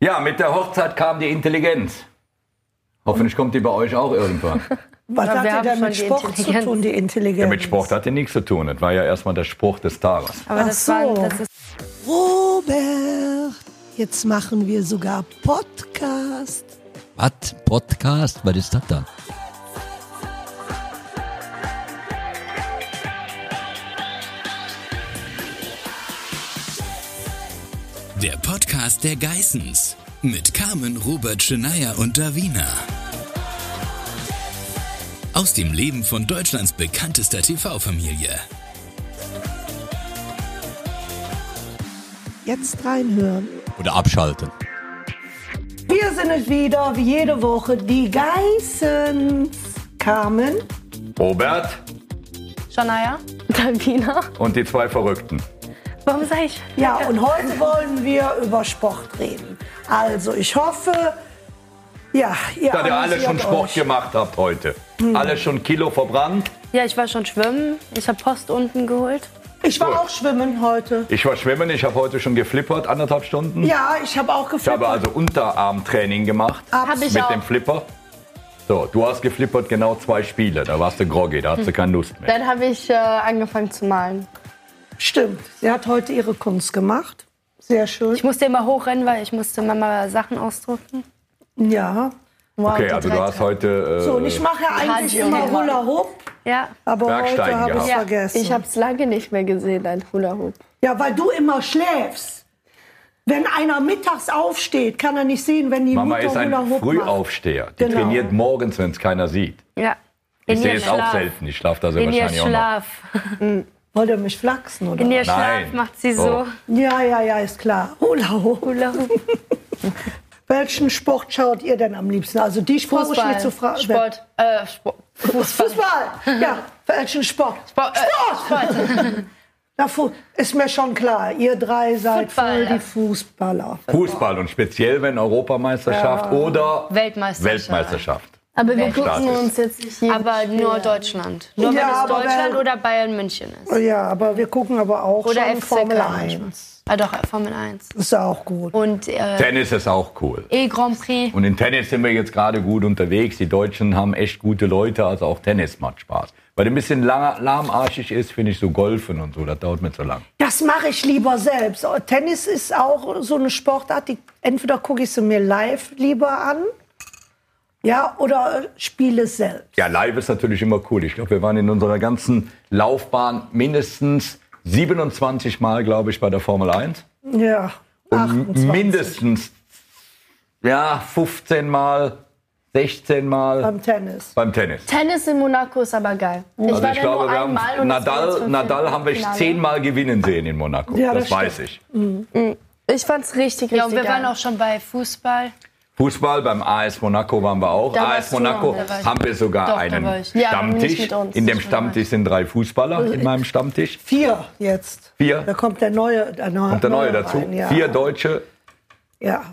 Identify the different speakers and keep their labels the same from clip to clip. Speaker 1: Ja, mit der Hochzeit kam die Intelligenz. Hoffentlich kommt die bei euch auch irgendwann.
Speaker 2: Was
Speaker 3: Aber
Speaker 2: hat
Speaker 3: wir
Speaker 2: ihr
Speaker 3: haben
Speaker 2: denn
Speaker 3: schon
Speaker 2: mit
Speaker 3: die
Speaker 2: Sport zu
Speaker 3: Intelligenz.
Speaker 2: tun, die Intelligenz?
Speaker 1: Ja, mit Sport hat die nichts zu tun. Das war ja erstmal der Spruch des Tages.
Speaker 3: Aber
Speaker 2: Ach
Speaker 3: das war,
Speaker 2: so.
Speaker 3: das ist,
Speaker 2: Robert, jetzt machen wir sogar Podcast.
Speaker 4: Was? Podcast? Was ist das dann?
Speaker 5: Der Podcast der Geissens mit Carmen Robert Scheneier und Davina. Aus dem Leben von Deutschlands bekanntester TV-Familie.
Speaker 2: Jetzt reinhören.
Speaker 4: Oder abschalten.
Speaker 2: Wir sind es wieder, wie jede Woche, die Geißens. Carmen,
Speaker 1: Robert
Speaker 3: Shania, Davina.
Speaker 1: und die zwei Verrückten.
Speaker 3: Warum sage ich?
Speaker 2: Ja, und heute wollen wir über Sport reden. Also, ich hoffe, ja, ihr
Speaker 1: Da ihr alle schon
Speaker 2: amüsiert
Speaker 1: Sport
Speaker 2: Ah, euch. Hm.
Speaker 1: gemacht habt heute. Alle schon Kilo verbrannt.
Speaker 3: Ja, ich war schon schwimmen. Ich habe Post unten geholt.
Speaker 2: Ich war auch schwimmen heute.
Speaker 1: Ich war schwimmen, ich habe heute schon geflippert, anderthalb Stunden.
Speaker 2: Ja, ich habe auch
Speaker 1: Ich habe
Speaker 2: gefragt.
Speaker 1: also Unterarmtraining gemacht
Speaker 3: Hab ich
Speaker 1: mit
Speaker 3: auch.
Speaker 1: dem Flipper. So, du hast geflippert genau zwei Spiele. Da warst du groggy, da hast du keine Lust mehr.
Speaker 3: Dann habe ich äh, angefangen zu malen.
Speaker 2: Stimmt, sie hat heute ihre Kunst gemacht. Sehr schön.
Speaker 3: Ich musste immer hochrennen, weil ich musste Mama Sachen ausdrucken.
Speaker 2: Ja.
Speaker 3: Wow,
Speaker 1: Okay,
Speaker 3: die
Speaker 1: also du
Speaker 3: drei-
Speaker 1: hast heute. Äh,
Speaker 2: So, und ich mache ja eigentlich
Speaker 3: Radio.
Speaker 2: immer Hula Hoop,
Speaker 3: Ja.
Speaker 2: aber
Speaker 1: Bergsteigen
Speaker 2: heute habe ich es
Speaker 1: gehabt.
Speaker 2: vergessen.
Speaker 6: Ich habe es lange nicht mehr gesehen, ein Hula Hoop.
Speaker 2: Ja, weil du immer schläfst. Wenn einer mittags aufsteht, kann er nicht sehen, wenn die
Speaker 1: Mama
Speaker 2: Mutter
Speaker 1: ist ein
Speaker 2: Hula Hoop macht.
Speaker 1: Frühaufsteher. Die
Speaker 2: Genau.
Speaker 1: trainiert morgens, wenn es keiner sieht.
Speaker 3: ja.
Speaker 1: Ich sehe
Speaker 3: ihr
Speaker 1: es auch
Speaker 3: Schlaf.
Speaker 1: selten. Ich schlafe da sehr
Speaker 3: In ihr
Speaker 1: wahrscheinlich auch noch.
Speaker 3: Schlaf.
Speaker 2: Wollt ihr mich flachsen, oder?
Speaker 3: In ihr
Speaker 1: Nein. Oh.
Speaker 3: Schlaf macht sie so.
Speaker 1: So.
Speaker 2: Ja, ja, ja, ist klar. Hula Hoop.
Speaker 3: Hula Hoop.
Speaker 2: Welchen Sport schaut ihr denn am liebsten? Also dich brauche ich nicht zu fragen.
Speaker 3: Sport. Äh, Sport. Fußball.
Speaker 2: Fußball. Ja, welchen Sport?
Speaker 3: Sport. Äh, Sport.
Speaker 2: Na, Fu ist mir schon klar, ihr drei seid
Speaker 3: Football,
Speaker 2: voll die
Speaker 3: ja.
Speaker 2: Fußballer.
Speaker 1: Fußball und speziell, wenn Europameisterschaft oder
Speaker 3: Weltmeisterschaft.
Speaker 1: Weltmeisterschaft.
Speaker 6: Aber wir
Speaker 1: Weltklasse.
Speaker 6: gucken uns jetzt nicht jeden
Speaker 3: Aber
Speaker 6: Spiel
Speaker 3: nur
Speaker 6: an.
Speaker 3: Deutschland.
Speaker 2: Ja,
Speaker 3: Nur wenn es
Speaker 2: aber
Speaker 3: Deutschland
Speaker 2: wer-
Speaker 3: oder Bayern München ist.
Speaker 2: Ja, aber wir gucken aber auch
Speaker 3: Oder
Speaker 2: schon
Speaker 3: FC
Speaker 2: Formel
Speaker 3: Köln
Speaker 2: 1.
Speaker 3: Ah doch, Formel 1.
Speaker 2: Ist ja auch gut.
Speaker 3: Und äh,
Speaker 1: Tennis ist auch cool.
Speaker 3: E-Grand Prix.
Speaker 1: Und in Tennis sind wir jetzt gerade gut unterwegs. Die Deutschen haben echt gute Leute, also auch Tennis macht Spaß. Weil der ein bisschen la- lahmarschig ist, finde ich so Golfen und so, das dauert mir zu lang.
Speaker 2: Das mache ich lieber selbst. Oh, Tennis ist auch so eine Sportart, die entweder gucke ich sie mir live lieber an, ja, oder äh, spiele es selbst.
Speaker 1: Ja, live ist natürlich immer cool. Ich glaube, wir waren in unserer ganzen Laufbahn mindestens 27 Mal, glaube ich, bei der Formel 1.
Speaker 2: Ja.
Speaker 1: Und
Speaker 2: 28.
Speaker 1: mindestens ja, 15 Mal, 16 Mal
Speaker 2: Beim Tennis.
Speaker 1: beim Tennis.
Speaker 6: Tennis in Monaco ist aber geil. Ich
Speaker 1: Also ich
Speaker 6: da
Speaker 1: glaube, wir haben
Speaker 6: einmal und das war jetzt
Speaker 1: Nadal,
Speaker 6: fünf
Speaker 1: Nadal
Speaker 6: Jahre
Speaker 1: haben wir
Speaker 6: Finale.
Speaker 1: zehnmal gewinnen sehen in Monaco.
Speaker 2: Ja,
Speaker 1: das
Speaker 2: das
Speaker 1: weiß ich.
Speaker 6: Ich fand's richtig, richtig
Speaker 3: Ja, und wir
Speaker 6: geil.
Speaker 3: waren auch schon bei Fußball.
Speaker 1: Fußball beim AS Monaco waren wir auch.
Speaker 6: Da
Speaker 1: AS
Speaker 6: warst du,
Speaker 1: Monaco
Speaker 3: da war ich.
Speaker 1: haben wir sogar
Speaker 3: Doch, da
Speaker 1: einen
Speaker 3: war ich.
Speaker 6: Ja, aber nicht
Speaker 1: Stammtisch.
Speaker 6: mit uns.
Speaker 1: in dem Stammtisch sind drei Fußballer in meinem Stammtisch.
Speaker 2: Vier jetzt.
Speaker 1: Vier.
Speaker 2: Da kommt der neue, der neue,
Speaker 1: Und der neue dazu.
Speaker 2: rein, ja.
Speaker 1: Vier Deutsche.
Speaker 2: Ja.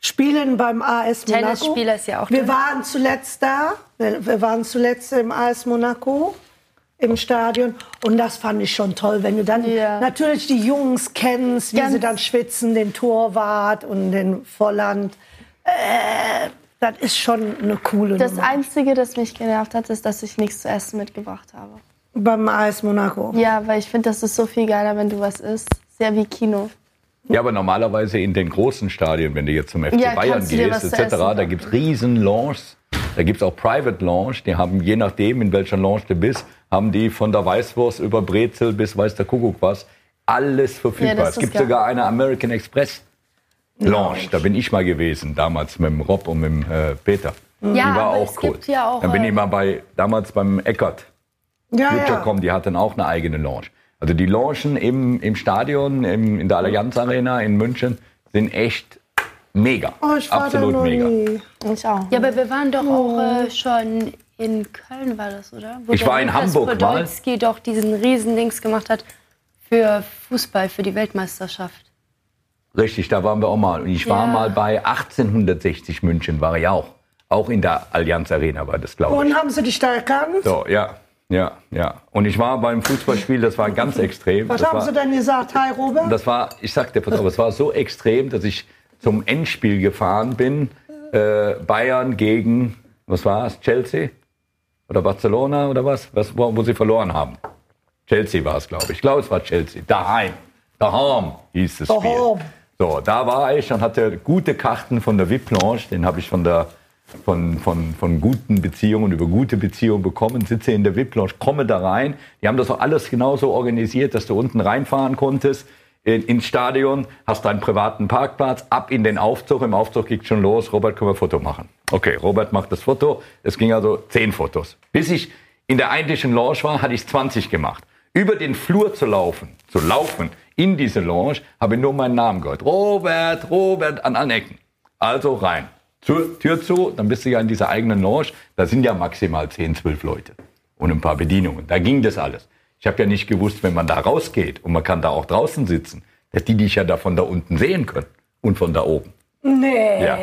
Speaker 2: Spielen beim AS Monaco.
Speaker 3: Tennisspieler ist ja auch
Speaker 2: Wir
Speaker 3: drin.
Speaker 2: waren zuletzt da. Wir wir waren zuletzt im AS Monaco im Stadion und das fand ich schon toll, wenn du dann
Speaker 6: Ja.
Speaker 2: natürlich die Jungs kennst, wie
Speaker 6: Ganz-
Speaker 2: sie dann schwitzen, den Torwart und den Volland. Äh, das ist schon eine coole
Speaker 6: das
Speaker 2: Nummer
Speaker 6: Einzige, das mich genervt hat, ist, dass ich nichts zu essen mitgebracht habe.
Speaker 2: beim AS Monaco.
Speaker 6: Ja, weil ich finde, das ist so viel geiler, wenn du was isst. Sehr wie Kino.
Speaker 1: Ja, aber normalerweise in den großen Stadien, wenn du jetzt zum FC
Speaker 6: Ja,
Speaker 1: Bayern
Speaker 6: kannst du dir
Speaker 1: gehst,
Speaker 6: was zu
Speaker 1: etc.,
Speaker 6: essen
Speaker 1: da gibt es riesen Lounges. Da gibt es auch Private Lounge. Die haben, je nachdem, in welcher Lounge du bist, haben die von der Weißwurst über Brezel bis weiß der Kuckuck was, alles verfügbar.
Speaker 6: Ja, das
Speaker 1: es
Speaker 6: ist
Speaker 1: gibt
Speaker 6: geil.
Speaker 1: sogar eine American Express Lounge. Da bin ich mal gewesen, damals mit dem Rob und mit dem äh, Peter.
Speaker 3: Ja,
Speaker 1: die war
Speaker 3: aber
Speaker 1: auch
Speaker 3: es
Speaker 1: cool.
Speaker 3: gibt ja auch,
Speaker 1: Dann bin
Speaker 3: äh,
Speaker 1: ich mal bei, damals beim Eckert.
Speaker 2: Ah, Ja,
Speaker 1: Futurecom, die hatten auch eine eigene Lounge. Also die Loungen im, im Stadion, im, in der Allianz Arena in München sind echt mega.
Speaker 2: Oh, ich war da
Speaker 1: Absolut
Speaker 2: noch
Speaker 1: mega.
Speaker 2: nie.
Speaker 6: Ich auch.
Speaker 3: Ja, aber wir waren doch auch äh, schon in Köln, war das, oder? Wo
Speaker 1: Ich
Speaker 3: der
Speaker 1: war in
Speaker 3: Lukas
Speaker 1: Hamburg mal.
Speaker 3: Podolski doch diesen riesen Dings gemacht hat für Fußball, für die Weltmeisterschaft.
Speaker 1: Richtig, da waren wir auch mal. Und ich war
Speaker 3: Ja.
Speaker 1: mal bei 1860 München, war ich auch. Auch in der Allianz Arena war das, glaube ich.
Speaker 2: Und haben sie dich da erkannt?
Speaker 1: So, ja, ja, ja. Und ich war beim Fußballspiel, das war ganz extrem.
Speaker 2: Was
Speaker 1: das
Speaker 2: haben
Speaker 1: war,
Speaker 2: sie denn gesagt? Hi, Robert?
Speaker 1: Das war, ich sag dir, pass auf, es war so extrem, dass ich zum Endspiel gefahren bin. Äh, Bayern gegen, was war es, Chelsea? Oder Barcelona oder was? was wo, wo sie verloren haben. Chelsea war es, glaube ich. Ich glaube, es war Chelsea. Daheim. Daheim hieß das Spiel.
Speaker 2: Daheim.
Speaker 1: So, da war ich und hatte gute Karten von der VIP-Lounge. Den habe ich von der von, von, von guten Beziehungen über gute Beziehungen bekommen. Sitze in der VIP-Lounge, komme da rein. Die haben das auch alles genauso organisiert, dass du unten reinfahren konntest in, ins Stadion, hast deinen privaten Parkplatz, ab in den Aufzug. Im Aufzug geht schon los. Robert, können wir ein Foto machen? Okay, Robert macht das Foto. Es ging also zehn Fotos. Bis ich in der eigentlichen Lounge war, hatte ich 20 gemacht. Über den Flur zu laufen, zu laufen in diese Lounge, habe ich nur meinen Namen gehört. Robert, Robert an allen Ecken. Also rein. Zur Tür zu, dann bist du ja in dieser eigenen Lounge. Da sind ja maximal 10, 12 Leute und ein paar Bedienungen. Da ging das alles. Ich habe ja nicht gewusst, wenn man da rausgeht und man kann da auch draußen sitzen, dass die dich ja da von da unten sehen können und von da oben.
Speaker 2: Nee.
Speaker 1: Ja.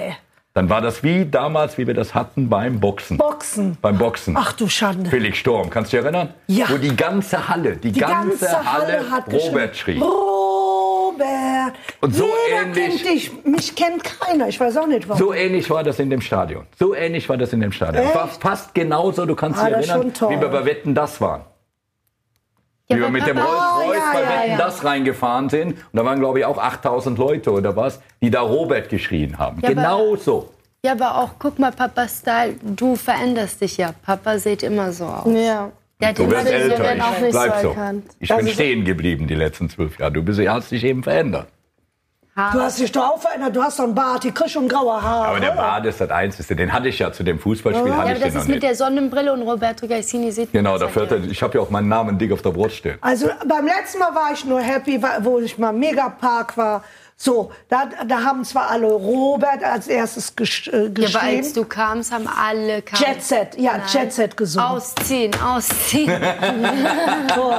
Speaker 1: Dann war das wie damals, wie wir das hatten beim Boxen.
Speaker 2: Boxen.
Speaker 1: Beim Boxen.
Speaker 2: Ach du Schande.
Speaker 1: Felix Sturm, kannst du dich erinnern?
Speaker 2: Ja.
Speaker 1: Wo die ganze Halle, die, ganze, Halle, Robert
Speaker 2: geschrieben,
Speaker 1: schrie.
Speaker 2: Robert.
Speaker 1: Und so
Speaker 2: Jeder
Speaker 1: ähnlich-
Speaker 2: kennt dich. Mich kennt keiner. Ich weiß auch nicht warum.
Speaker 1: So ähnlich war das in dem Stadion. So ähnlich war das in dem Stadion. Es War
Speaker 2: Echt?
Speaker 1: fast genauso, du kannst
Speaker 2: Ah,
Speaker 1: dich
Speaker 2: das ist
Speaker 1: erinnern,
Speaker 2: schon
Speaker 1: wie
Speaker 2: toll.
Speaker 1: wir bei Wetten das waren.
Speaker 3: Ja,
Speaker 1: wie wir
Speaker 3: mein
Speaker 1: mit dem
Speaker 3: Papa-
Speaker 1: Rolls-Royce
Speaker 2: ja,
Speaker 1: bei
Speaker 2: ja,
Speaker 1: Wetten
Speaker 2: ja.
Speaker 1: das reingefahren sind. Und da waren, glaube ich, auch 8000 Leute oder was, die da Robert geschrien haben.
Speaker 3: Ja, aber-
Speaker 1: genau so.
Speaker 3: Ja, aber auch, guck mal, Papa Style, du veränderst dich ja. Papa sieht immer so aus.
Speaker 6: Ja.
Speaker 3: Der hat
Speaker 1: Du
Speaker 3: immer
Speaker 1: wirst
Speaker 3: diese-
Speaker 1: älter.
Speaker 6: werden auch
Speaker 1: Ich
Speaker 6: nicht
Speaker 1: bleib
Speaker 6: so
Speaker 1: so.
Speaker 6: erkannt.
Speaker 1: Ich
Speaker 6: Das
Speaker 1: bin
Speaker 6: ist-
Speaker 1: stehen geblieben die letzten zwölf Jahre. Du bist, hast dich eben verändert.
Speaker 2: Du hast dich doch auch verändert. Du hast doch einen Bart, die kriegst schon graue Haare.
Speaker 1: Aber der Bart ist das Einzige. Den hatte ich ja zu dem Fußballspiel.
Speaker 2: Ah.
Speaker 3: Ja,
Speaker 1: hatte
Speaker 3: aber
Speaker 1: ich
Speaker 3: das
Speaker 1: den noch
Speaker 3: ist mit
Speaker 1: nicht.
Speaker 3: der Sonnenbrille und Roberto Gaisini sieht man
Speaker 1: Genau,
Speaker 3: das
Speaker 1: da
Speaker 3: ja
Speaker 1: fährt er,
Speaker 3: gerne.
Speaker 1: ich habe ja auch meinen Namen dick auf der Brust stehen.
Speaker 2: Also beim letzten Mal war ich nur happy, weil- wo ich mal im Megapark war. So, da, da haben zwar alle Robert als erstes gesch äh,
Speaker 3: Ja, aber als
Speaker 2: geschrieben.
Speaker 3: du kamst, haben alle kam.
Speaker 2: Jet Set, ja, Jet Set gesungen.
Speaker 3: Ausziehen, ausziehen.
Speaker 2: So.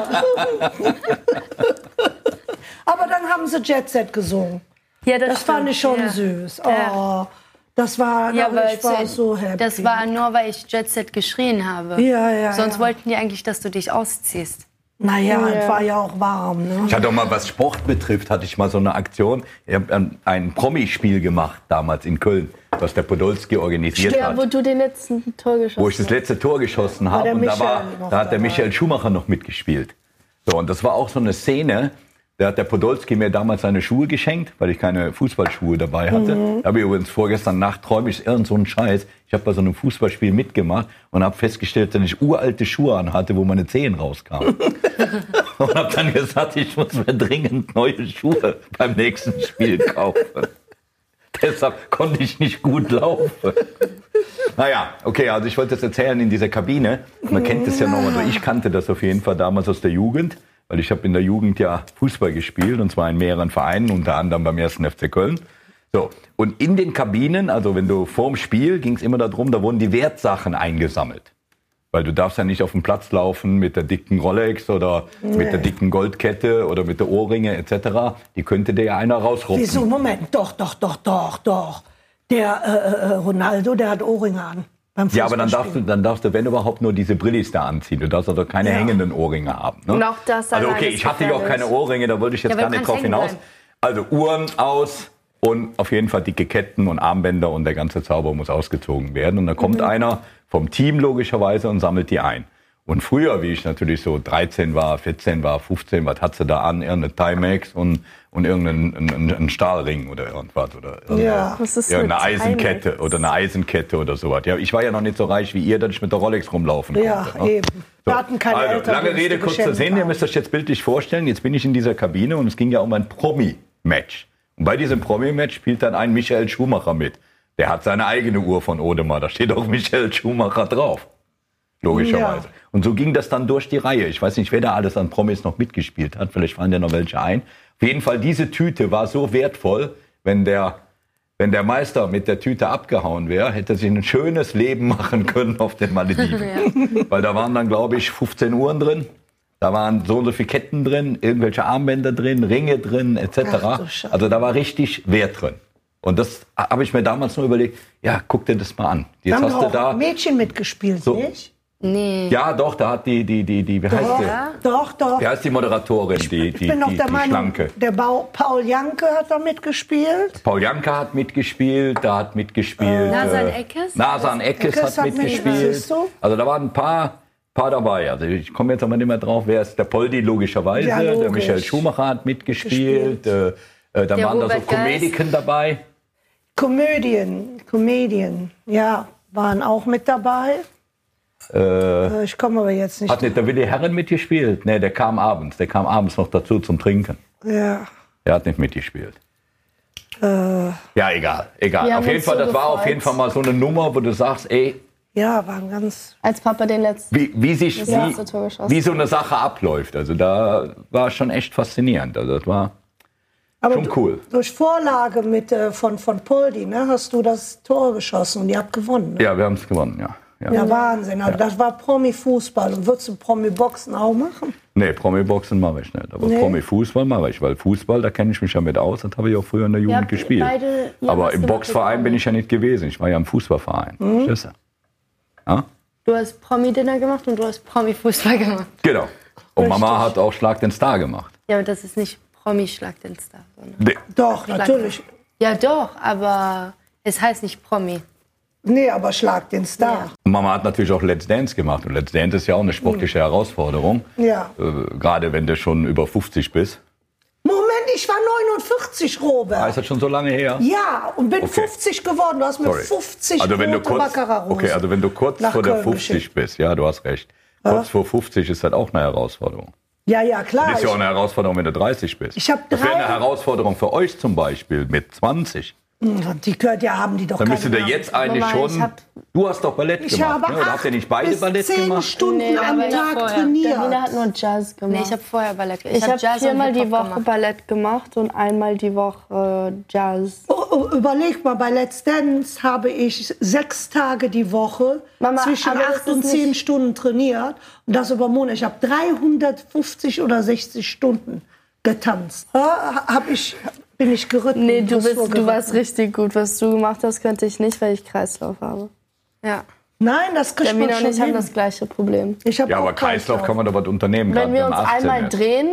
Speaker 2: aber dann haben sie Jet Set gesungen.
Speaker 3: Ja,
Speaker 2: Das fand ich schon
Speaker 3: Ja.
Speaker 2: süß. Oh,
Speaker 3: Ja.
Speaker 2: Das war,
Speaker 3: Ja,
Speaker 2: aber
Speaker 3: aber
Speaker 2: ich war
Speaker 3: es-
Speaker 2: so happy.
Speaker 3: Das war nur, weil ich Jet Set geschrien habe.
Speaker 2: Ja, ja,
Speaker 3: Sonst
Speaker 2: ja.
Speaker 3: wollten die eigentlich, dass du dich ausziehst.
Speaker 2: naja, es war ja auch warm. Ne?
Speaker 1: Ich hatte auch mal, was Sport betrifft, hatte ich mal so eine Aktion. Ich habe ein, ein Promispiel gemacht damals in Köln, was der Podolski organisiert
Speaker 6: Ja,
Speaker 1: hat.
Speaker 6: wo du den letzten Tor geschossen
Speaker 1: wo ich das letzte Tor geschossen habe.
Speaker 2: der
Speaker 1: Und da,
Speaker 2: Michael
Speaker 1: war,
Speaker 2: noch
Speaker 1: da hat der
Speaker 2: dabei.
Speaker 1: Michael Schumacher noch mitgespielt. So, und das war auch so eine Szene. Da hat der Podolski mir damals seine Schuhe geschenkt, weil ich keine Fußballschuhe dabei hatte.
Speaker 2: Mhm.
Speaker 1: Da habe ich übrigens vorgestern Nacht träume ich irgend so einen Scheiß. Ich habe bei so einem Fußballspiel mitgemacht und habe festgestellt, dass ich uralte Schuhe anhatte, wo meine Zehen rauskamen. und habe dann gesagt, ich muss mir dringend neue Schuhe beim nächsten Spiel kaufen. Deshalb konnte ich nicht gut laufen. Naja, okay, also ich wollte das erzählen in dieser Kabine. Man kennt das ja noch, also ich kannte das auf jeden Fall damals aus der Jugend, weil ich habe in der Jugend ja Fußball gespielt und zwar in mehreren Vereinen, unter anderem beim 1. FC Köln. So, und in den Kabinen, also wenn du vorm Spiel, ging es immer darum, da wurden die Wertsachen eingesammelt. Weil du darfst ja nicht auf den Platz laufen mit der dicken Rolex oder mit der dicken Goldkette oder mit der Ohrringe etc. Die könnte dir ja einer rausruppen.
Speaker 2: Wieso? Moment, doch, doch, doch, doch, doch. Der äh, äh, Ronaldo, der hat Ohrringe an. beim
Speaker 1: Ja, aber dann darfst, du,
Speaker 2: Fußballspielen.
Speaker 1: dann darfst du, wenn überhaupt, nur diese Brillis da anziehen. Du darfst also keine hängenden Ohrringe haben. Ne?
Speaker 6: Und auch das
Speaker 1: Also
Speaker 6: allein
Speaker 1: okay,
Speaker 6: ist
Speaker 1: ich hatte ja auch
Speaker 6: gefährlich.
Speaker 1: keine Ohrringe, da wollte ich jetzt
Speaker 3: Ja,
Speaker 1: gar
Speaker 3: aber du
Speaker 1: nicht drauf
Speaker 3: kannst
Speaker 1: hinaus.
Speaker 3: hängen
Speaker 1: Also Uhren aus und auf jeden Fall dicke Ketten und Armbänder und der ganze Zauber muss ausgezogen werden. Und da
Speaker 3: Mhm.
Speaker 1: kommt einer vom Team logischerweise und sammelt die ein. Und früher, wie ich natürlich so 13 war, 14 war, 15, was hat sie da an? Irgendeine Timex und, und irgendeinen einen, einen- einen Stahlring oder irgendwas. Oder irgendwas.
Speaker 2: Ja.
Speaker 6: Was ist
Speaker 1: Ja, eine
Speaker 6: mit
Speaker 1: Eisenkette
Speaker 6: Timex?
Speaker 1: oder eine Eisenkette oder sowas. Ja, ich war ja noch nicht so reich wie ihr, dass ich mit der Rolex rumlaufen
Speaker 2: Ja,
Speaker 1: konnte. ne?
Speaker 2: eben. Wir hatten keine
Speaker 1: also,
Speaker 2: Eltern,
Speaker 1: lange
Speaker 2: die uns
Speaker 1: Rede,
Speaker 2: die
Speaker 1: kurzer
Speaker 2: geschenkt
Speaker 1: Sinn. Ihr
Speaker 2: haben.
Speaker 1: müsst euch jetzt bildlich vorstellen, jetzt bin ich in dieser Kabine und es ging ja um ein Promi-Match. Und bei diesem Promi-Match spielt dann ein Michael Schumacher mit. Der hat seine eigene Uhr von Odemar, da steht auch Michael Schumacher drauf. Logischerweise.
Speaker 2: Ja.
Speaker 1: Und so ging das dann durch die Reihe. Ich weiß nicht, wer da alles an Promis noch mitgespielt hat. Vielleicht fallen ja noch welche ein. Auf jeden Fall, diese Tüte war so wertvoll, wenn der, wenn der Meister mit der Tüte abgehauen wäre, hätte er sich ein schönes Leben machen können auf den Malediven. Weil da waren dann, glaube ich, 15 Uhren drin. Da waren so und so viele Ketten drin, irgendwelche Armbänder drin, Ringe drin,
Speaker 2: Ach du
Speaker 1: etc.
Speaker 2: Scheiße.
Speaker 1: Also da war richtig Wert drin. Und das habe ich mir damals nur überlegt, ja, guck dir das mal an. Jetzt
Speaker 2: Haben
Speaker 1: hast du
Speaker 2: doch
Speaker 1: da
Speaker 2: Mädchen mitgespielt,
Speaker 1: so,
Speaker 2: nicht?
Speaker 3: Nee.
Speaker 1: Ja, doch, da hat die, die, die, die, wie heißt
Speaker 2: Doch,
Speaker 1: die?
Speaker 2: doch, doch.
Speaker 1: Wie heißt die Moderatorin, die, die,
Speaker 2: ich bin noch
Speaker 1: die,
Speaker 2: der
Speaker 1: die
Speaker 2: Meinung,
Speaker 1: Schlanke?
Speaker 2: der Bau, Paul Janke hat da mitgespielt.
Speaker 1: Paul Janka hat mitgespielt, da hat mitgespielt.
Speaker 3: Nasan
Speaker 1: äh,
Speaker 3: Eckes?
Speaker 1: Nasan Eckes,
Speaker 2: Eckes
Speaker 1: hat
Speaker 2: hat mitgespielt.
Speaker 1: mitgespielt.
Speaker 2: Siehst du?
Speaker 1: Also da waren ein paar, paar dabei. Also ich komme jetzt aber nicht mehr drauf, wer ist der Poldi logischerweise,
Speaker 2: Ja,
Speaker 1: der
Speaker 2: logisch.
Speaker 1: Michael Schumacher hat mitgespielt, äh, äh, dann
Speaker 3: Der
Speaker 1: waren da so
Speaker 3: Robert Geis.
Speaker 1: Komediken dabei.
Speaker 2: Komödien, Komödien, ja, waren auch mit dabei. Äh, ich komme aber jetzt nicht.
Speaker 1: Hat nicht der Willi Herren mitgespielt? Nee, der kam abends, der kam abends noch dazu zum Trinken.
Speaker 2: Ja.
Speaker 1: Der hat nicht mitgespielt.
Speaker 2: Äh.
Speaker 1: Ja, egal, egal.
Speaker 6: Wir
Speaker 1: Auf
Speaker 6: haben
Speaker 1: jeden
Speaker 6: uns
Speaker 1: Fall,
Speaker 6: so
Speaker 1: das war auf
Speaker 6: gefreut.
Speaker 1: jeden Fall mal so eine Nummer, wo du sagst, ey,
Speaker 2: ja, waren ganz.
Speaker 6: Als Papa den letzten.
Speaker 1: wie, wie sich
Speaker 6: Ja.
Speaker 1: wie,
Speaker 6: Ja, so Tor geschossen.
Speaker 1: wie so eine Sache abläuft. Also da war schon echt faszinierend. Also das war
Speaker 2: Aber
Speaker 1: schon
Speaker 2: du-
Speaker 1: cool.
Speaker 2: Durch Vorlage mit, äh, von, von Poldi ne, hast du das Tor geschossen und ihr habt gewonnen. Ne?
Speaker 1: Ja, wir haben es gewonnen, ja. ja.
Speaker 2: Ja, Wahnsinn. Also Das war Promi-Fußball. Und würdest du Promi-Boxen auch machen?
Speaker 1: Nee, Promi-Boxen mache ich nicht. Aber
Speaker 2: Nee.
Speaker 1: Promi-Fußball mache ich, weil Fußball, da kenne ich mich ja mit aus. Das habe ich auch früher in der Jugend
Speaker 6: habt
Speaker 1: gespielt.
Speaker 6: beide- ihr
Speaker 1: Aber
Speaker 6: habt
Speaker 1: im
Speaker 6: was gemacht,
Speaker 1: Boxverein
Speaker 6: Promi.
Speaker 1: bin ich ja nicht gewesen. Ich war ja im Fußballverein.
Speaker 2: Mhm.
Speaker 1: Verstehst du? Ja?
Speaker 3: Du hast Promi-Dinner gemacht und du hast Promi-Fußball gemacht.
Speaker 1: Genau. Und Mama hat auch Schlag den Star gemacht.
Speaker 3: Ja, aber das ist nicht Promi-Schlag den Star. Sondern
Speaker 1: Nee.
Speaker 2: Doch, natürlich.
Speaker 3: ja, doch, aber es heißt nicht Promi.
Speaker 2: Nee, aber schlag den Star.
Speaker 1: Und Mama hat natürlich auch Let's Dance gemacht. Und Let's Dance ist ja auch eine sportliche Herausforderung.
Speaker 2: Ja.
Speaker 1: Äh, gerade wenn du schon über 50 bist.
Speaker 2: Moment, ich war 49, Robert.
Speaker 1: Ah, ist das schon so lange her?
Speaker 2: ja, und bin
Speaker 1: Okay.
Speaker 2: 50 geworden. Du hast mir
Speaker 1: Sorry.
Speaker 2: 50
Speaker 1: also wenn du
Speaker 2: rote
Speaker 1: kurz,
Speaker 2: Baccarat-Rosen
Speaker 1: Okay, also wenn du kurz
Speaker 2: nach
Speaker 1: vor der
Speaker 2: Köln
Speaker 1: 50
Speaker 2: geschickt.
Speaker 1: bist, ja, du hast recht. Kurz vor 50 ist das auch eine Herausforderung.
Speaker 2: Ja, ja, klar.
Speaker 1: Ist ja auch
Speaker 2: Ich,
Speaker 1: eine Herausforderung, wenn du 30 bist.
Speaker 2: Ich hab
Speaker 1: das wäre
Speaker 2: drei-
Speaker 1: eine Herausforderung für euch zum Beispiel mit 20.
Speaker 2: Hm, die gehört ja, haben die doch
Speaker 1: Dann
Speaker 2: keine
Speaker 1: müsstet ihr
Speaker 2: Ahnung.
Speaker 1: jetzt eigentlich
Speaker 6: Mama, ich
Speaker 1: schon.
Speaker 6: hab-
Speaker 1: du hast doch Ballett
Speaker 2: Ich
Speaker 1: gemacht.
Speaker 2: habe
Speaker 1: ne? Oder
Speaker 2: acht
Speaker 1: habt ihr nicht beide
Speaker 2: bis
Speaker 1: Ballett
Speaker 2: zehn
Speaker 1: gemacht?
Speaker 2: Stunden
Speaker 3: Nee,
Speaker 2: am
Speaker 3: aber ich
Speaker 2: Tag
Speaker 3: vorher.
Speaker 6: Davina
Speaker 2: trainiert.
Speaker 6: hat nur Jazz gemacht.
Speaker 3: Nee, ich habe vorher Ballett gemacht.
Speaker 6: Ich hab
Speaker 3: Jazz und
Speaker 6: viermal die
Speaker 3: Hip-Hop
Speaker 6: Woche
Speaker 3: gemacht.
Speaker 6: Ballett gemacht und einmal die Woche äh, Jazz.
Speaker 2: Oh, oh, überleg mal, bei Let's Dance habe ich sechs Tage die Woche
Speaker 6: Mama,
Speaker 2: zwischen
Speaker 6: aber das
Speaker 2: acht
Speaker 6: ist
Speaker 2: und zehn
Speaker 6: nicht-
Speaker 2: Stunden trainiert. Und das über Monate. Ich habe 350 oder 60 Stunden getanzt. Ja, hab ich, bin ich geritten.
Speaker 6: Nee, du, bist,
Speaker 2: Dressur
Speaker 6: du warst
Speaker 2: geritten.
Speaker 6: richtig gut. Was du gemacht hast, könnte ich nicht, weil ich Kreislauf habe.
Speaker 3: Ja.
Speaker 2: Nein, das kriegt man
Speaker 6: Davina und
Speaker 2: schon
Speaker 6: ich haben
Speaker 2: hin.
Speaker 6: das gleiche Problem.
Speaker 2: ich hab
Speaker 1: Ja,
Speaker 2: auch
Speaker 1: aber Kreislauf kann man doch was unternehmen. gerade
Speaker 6: Wenn wir uns
Speaker 1: man 18
Speaker 6: einmal
Speaker 1: ist.
Speaker 6: drehen,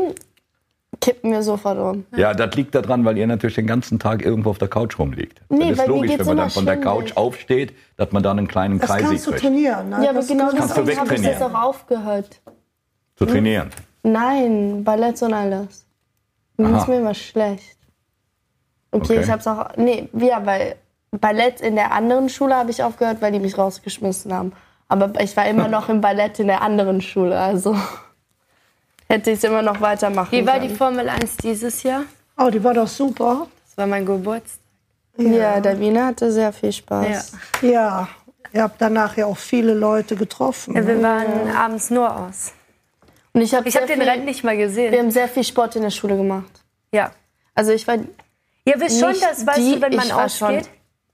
Speaker 6: kippen wir sofort um.
Speaker 1: Ja, das liegt daran, weil ihr natürlich den ganzen Tag irgendwo auf der Couch rumliegt. das
Speaker 6: Nee, weil
Speaker 1: ist
Speaker 6: mir
Speaker 1: logisch,
Speaker 6: geht's
Speaker 1: wenn man dann
Speaker 6: immer
Speaker 1: von der Couch
Speaker 6: schwindelig.
Speaker 1: aufsteht, dass man dann einen kleinen
Speaker 2: Das
Speaker 1: Kreis
Speaker 2: kannst du
Speaker 1: kriegt,
Speaker 2: trainieren. Ne?
Speaker 6: Ja, aber
Speaker 2: Das
Speaker 6: genau
Speaker 2: kannst
Speaker 1: Kannst du
Speaker 6: deswegen habe ich
Speaker 1: wegtrainieren.
Speaker 6: das auch aufgehört.
Speaker 1: zu trainieren.
Speaker 6: Nein, Ballett und all das. Mir ist mir immer schlecht. Okay,
Speaker 1: Okay.
Speaker 6: ich hab's auch. Nee, ja, weil Ballett in der anderen Schule habe ich aufgehört, weil die mich rausgeschmissen haben. Aber ich war immer noch im Ballett in der anderen Schule, also hätte ich immer noch weitermachen
Speaker 3: Wie war die
Speaker 6: können.
Speaker 3: Formel 1 dieses Jahr?
Speaker 2: Oh, die war doch super.
Speaker 3: Das war mein Geburtstag.
Speaker 6: Ja, Davina hatte sehr viel Spaß.
Speaker 3: Ja.
Speaker 2: Ja, ihr habt danach ja auch viele Leute getroffen.
Speaker 3: Wir waren abends nur aus.
Speaker 6: Und ich habe
Speaker 3: Ich habe den
Speaker 6: viel,
Speaker 3: Rennen nicht mal
Speaker 6: Wir
Speaker 3: gesehen.
Speaker 6: haben sehr viel Sport in der Schule gemacht.
Speaker 3: Ja.
Speaker 6: Also ich war
Speaker 3: Ihr wisst schon,
Speaker 6: nicht
Speaker 3: das weißt
Speaker 6: die,
Speaker 3: du, wenn man
Speaker 6: ich war schon
Speaker 3: ausgeht.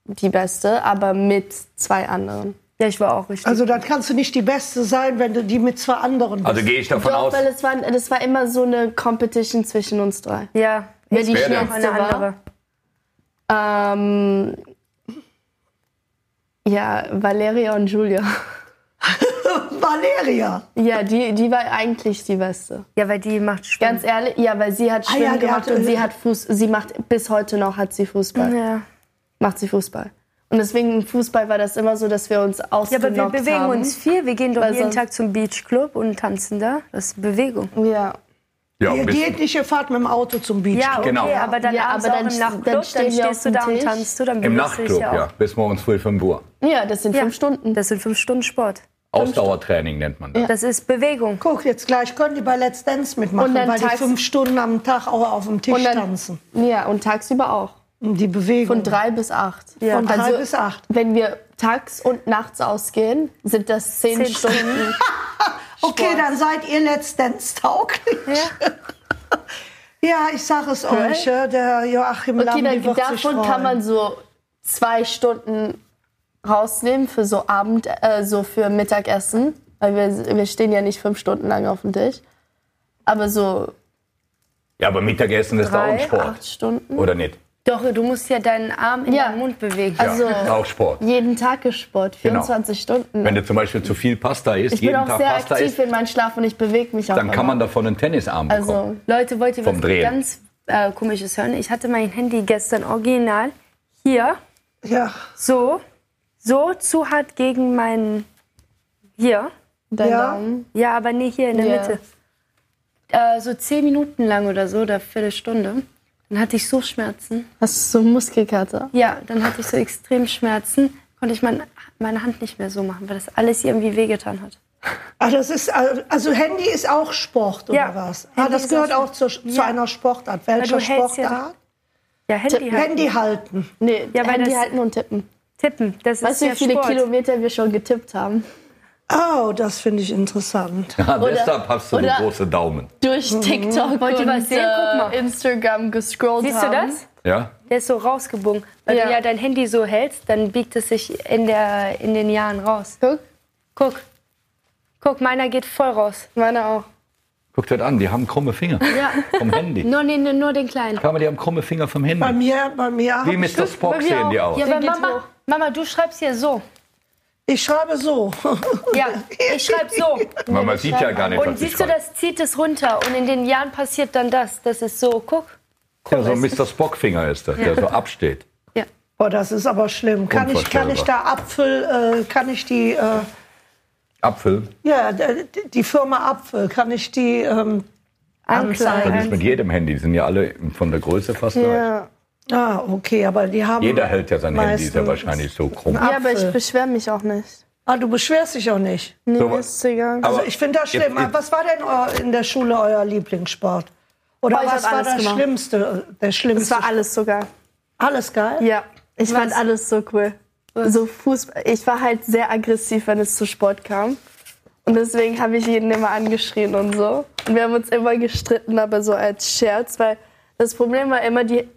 Speaker 6: die Beste, aber mit zwei anderen.
Speaker 3: Ja, ich war auch richtig.
Speaker 2: Also dann kannst du nicht die Beste sein, wenn du die mit zwei anderen bist.
Speaker 1: Also gehe ich davon
Speaker 6: Doch,
Speaker 1: aus,
Speaker 6: weil es war, das war immer so eine Competition zwischen uns drei.
Speaker 3: ja,
Speaker 6: Wer die
Speaker 1: Wer denn?
Speaker 3: noch eine
Speaker 6: schnellste war.
Speaker 3: andere.
Speaker 6: Ähm, ja, Valeria und Julia.
Speaker 2: Valeria.
Speaker 6: Ja, die, die war eigentlich die Beste.
Speaker 3: Ja, weil die macht Schwimmen.
Speaker 6: Ganz ehrlich, ja, weil sie hat
Speaker 2: Ah,
Speaker 6: Schwimmen
Speaker 2: ja, die
Speaker 6: gemacht
Speaker 2: hat-
Speaker 6: und sie hat Fuß, sie macht bis heute noch hat sie Fußball,
Speaker 3: Ja.
Speaker 6: macht sie Fußball. Und deswegen im Fußball war das immer so, dass wir uns
Speaker 3: ja,
Speaker 6: ausgenockt
Speaker 3: aber
Speaker 6: haben.
Speaker 3: wir bewegen uns viel. Wir gehen doch
Speaker 6: Weil
Speaker 3: jeden
Speaker 6: sonst-
Speaker 3: Tag zum Beachclub und tanzen da. Das ist Bewegung.
Speaker 6: Ja.
Speaker 1: ja,
Speaker 2: Ihr
Speaker 1: bist-
Speaker 2: geht nicht, ihr fahrt mit dem Auto zum Beach.
Speaker 3: Ja, okay,
Speaker 1: Genau.
Speaker 3: aber dann
Speaker 6: Ja,
Speaker 3: abends
Speaker 6: aber
Speaker 3: auch
Speaker 6: dann
Speaker 3: im
Speaker 6: st-
Speaker 3: Nachtclub,
Speaker 6: dann
Speaker 3: dann,
Speaker 6: stehen wir auf
Speaker 3: stehst du
Speaker 6: dem
Speaker 3: da und
Speaker 6: Tisch.
Speaker 3: tanzt du, dann
Speaker 1: im
Speaker 3: bewegst du dich
Speaker 1: Nachtclub,
Speaker 3: auch.
Speaker 1: ja, bis morgens früh 5 Uhr.
Speaker 6: ja, das sind
Speaker 3: Ja.
Speaker 6: fünf Stunden.
Speaker 3: Das sind fünf Stunden Sport.
Speaker 1: Ausdauertraining nennt man das.
Speaker 3: Das ist Bewegung.
Speaker 2: Guck, jetzt gleich können die bei Let's Dance mitmachen,
Speaker 6: Und dann
Speaker 2: weil die
Speaker 6: tags-
Speaker 2: fünf Stunden am Tag auch auf dem Tisch
Speaker 6: Und dann-
Speaker 2: tanzen.
Speaker 6: Ja, und tagsüber auch.
Speaker 2: Und die Bewegung.
Speaker 6: Von drei bis acht.
Speaker 2: Hm. Ja. Von drei
Speaker 6: also,
Speaker 2: bis acht.
Speaker 6: Wenn wir tags und nachts ausgehen, sind das zehn,
Speaker 3: Zehn
Speaker 6: Stunden.
Speaker 2: okay, dann seid ihr Let's Dance tauglich. Ja. ich sage es euch, äh, der Joachim
Speaker 6: Okay,
Speaker 2: Lamm, die
Speaker 6: dann
Speaker 2: wird sich
Speaker 6: davon
Speaker 2: freuen.
Speaker 6: kann man so zwei Stunden rausnehmen für so Abend, äh, so für Mittagessen. Weil wir, wir stehen ja nicht fünf Stunden lang auf dem Tisch. Aber so
Speaker 1: Ja, aber Mittagessen ist da
Speaker 3: Drei,
Speaker 1: auch ein Sport,
Speaker 6: acht Stunden.
Speaker 1: oder nicht?
Speaker 3: Doch, du musst ja deinen Arm in
Speaker 6: Ja.
Speaker 3: den Mund bewegen.
Speaker 6: Also
Speaker 1: ja, auch Sport.
Speaker 6: jeden Tag gesport, 24 Stunden.
Speaker 1: Wenn du zum Beispiel zu viel Pasta isst,
Speaker 6: ich bin
Speaker 1: jeden
Speaker 6: auch
Speaker 1: Tag
Speaker 6: sehr
Speaker 1: Pasta
Speaker 6: aktiv
Speaker 1: isst,
Speaker 6: in meinem Schlaf und ich bewege mich auch.
Speaker 1: dann kann
Speaker 6: immer.
Speaker 1: man davon einen Tennisarm
Speaker 6: also
Speaker 1: bekommen.
Speaker 3: Leute, wollt ihr was
Speaker 1: Vom Drehen.
Speaker 3: ganz äh, komisches hören? Ich hatte mein Handy gestern original hier
Speaker 2: Ja,
Speaker 3: so, so zu hart gegen meinen hier.
Speaker 6: dein
Speaker 2: Ja.
Speaker 6: Daumen.
Speaker 3: Ja, aber nee, hier in der
Speaker 6: Ja.
Speaker 3: Mitte. Äh, so zehn Minuten lang oder so, oder Viertelstunde. Dann hatte ich so Schmerzen.
Speaker 6: Hast du so Muskelkater?
Speaker 3: Ja, dann hatte ich so extrem Schmerzen. Konnte ich mein, meine Hand nicht mehr so machen, weil das alles irgendwie wehgetan hat.
Speaker 2: Ah, das ist, also also Handy ist auch Sport oder
Speaker 3: Ja,
Speaker 2: was? Ah,
Speaker 3: Handy
Speaker 2: das
Speaker 3: ist
Speaker 2: gehört
Speaker 3: auch
Speaker 2: auch zu, zu einer Sportart.
Speaker 3: Weil
Speaker 2: Welcher
Speaker 3: du hältst ja
Speaker 2: Sportart?
Speaker 3: Ja, Handy halt.
Speaker 2: Handy halten.
Speaker 6: Nee,
Speaker 3: Ja, weil
Speaker 6: Handy
Speaker 3: das-
Speaker 6: halten und tippen.
Speaker 3: Tippen, das ist
Speaker 6: Weißt du,
Speaker 3: ja
Speaker 6: wie viele
Speaker 3: Sport.
Speaker 6: Kilometer wir schon getippt haben?
Speaker 2: Oh, das finde ich interessant.
Speaker 1: Ja, Ah, deshalb hast du
Speaker 6: oder-
Speaker 1: so große Daumen.
Speaker 6: Durch TikTok
Speaker 3: Wollt ihr
Speaker 6: und
Speaker 3: was sehen? Guck mal.
Speaker 6: äh, Instagram gescrollt
Speaker 3: Siehst du
Speaker 6: haben.
Speaker 3: das?
Speaker 1: Ja?
Speaker 3: Der ist so rausgebogen. Weil
Speaker 6: Ja.
Speaker 3: du ja dein Handy so hältst, dann biegt es sich in, der, in den Jahren raus.
Speaker 6: Guck,
Speaker 3: Guck. Guck, meiner geht voll raus.
Speaker 6: meine auch.
Speaker 1: Guck das an, die haben krumme Finger
Speaker 3: Ja.
Speaker 1: vom Handy.
Speaker 3: Nur, den, nur den kleinen.
Speaker 1: Kann man, die haben krumme Finger vom
Speaker 2: Bei
Speaker 1: Handy.
Speaker 2: mir, bei mir hab
Speaker 1: Wie
Speaker 2: ich
Speaker 1: Mr.
Speaker 2: das-
Speaker 1: Spock
Speaker 6: mir
Speaker 1: sehen die
Speaker 6: auch.
Speaker 1: aus.
Speaker 3: Ja, aber
Speaker 6: geht
Speaker 3: Mama,
Speaker 6: hoch.
Speaker 3: Mama, du schreibst hier so.
Speaker 2: Ich schreibe so.
Speaker 3: Ja, ich schreibe so.
Speaker 1: Weil man sieht ja gar nicht,
Speaker 3: Und
Speaker 1: was sie
Speaker 3: siehst du,
Speaker 1: schreiben.
Speaker 3: das zieht es runter. Und in den Jahren passiert dann das. Das ist so, guck.
Speaker 1: Ja, so ein Mr. Spock-Finger ist das, der so absteht.
Speaker 3: Ja.
Speaker 2: Boah, das ist aber schlimm. Kann ich, kann ich da Apfel, äh, kann ich die, äh,
Speaker 1: Apfel,
Speaker 2: ja, d- die Firma Apfel, kann ich die ähm,
Speaker 1: das
Speaker 2: anzeigen?
Speaker 1: ist mit jedem Handy, die sind ja alle von der Größe fast gleich.
Speaker 6: Ja,
Speaker 2: Ah, okay, aber die haben.
Speaker 1: Jeder hält ja sein Handy, ist ja
Speaker 2: meistens-
Speaker 1: wahrscheinlich so krumm.
Speaker 6: ja aber
Speaker 2: Apfel.
Speaker 6: ich beschwere mich auch nicht.
Speaker 2: Ah, du beschwerst dich auch nicht.
Speaker 6: Nee,
Speaker 1: So,
Speaker 6: ist egal.
Speaker 1: aber-
Speaker 2: Also ich finde das
Speaker 1: Jetzt-
Speaker 2: schlimm.
Speaker 1: jetzt-
Speaker 2: was war denn euer, in der Schule euer Lieblingssport? Oder
Speaker 6: Oh, ich
Speaker 2: was
Speaker 6: hab
Speaker 2: war
Speaker 6: alles
Speaker 2: das
Speaker 6: gemacht.
Speaker 2: Schlimmste? äh, Der schlimmste.
Speaker 6: es war alles sogar.
Speaker 2: alles geil?
Speaker 6: Ja, ich fand alles so cool. So Fußball. Ich war halt sehr aggressiv, wenn es zu Sport kam. Und deswegen habe ich jeden immer angeschrien und so. Und wir haben uns immer gestritten, aber so als Scherz, weil das Problem war immer die.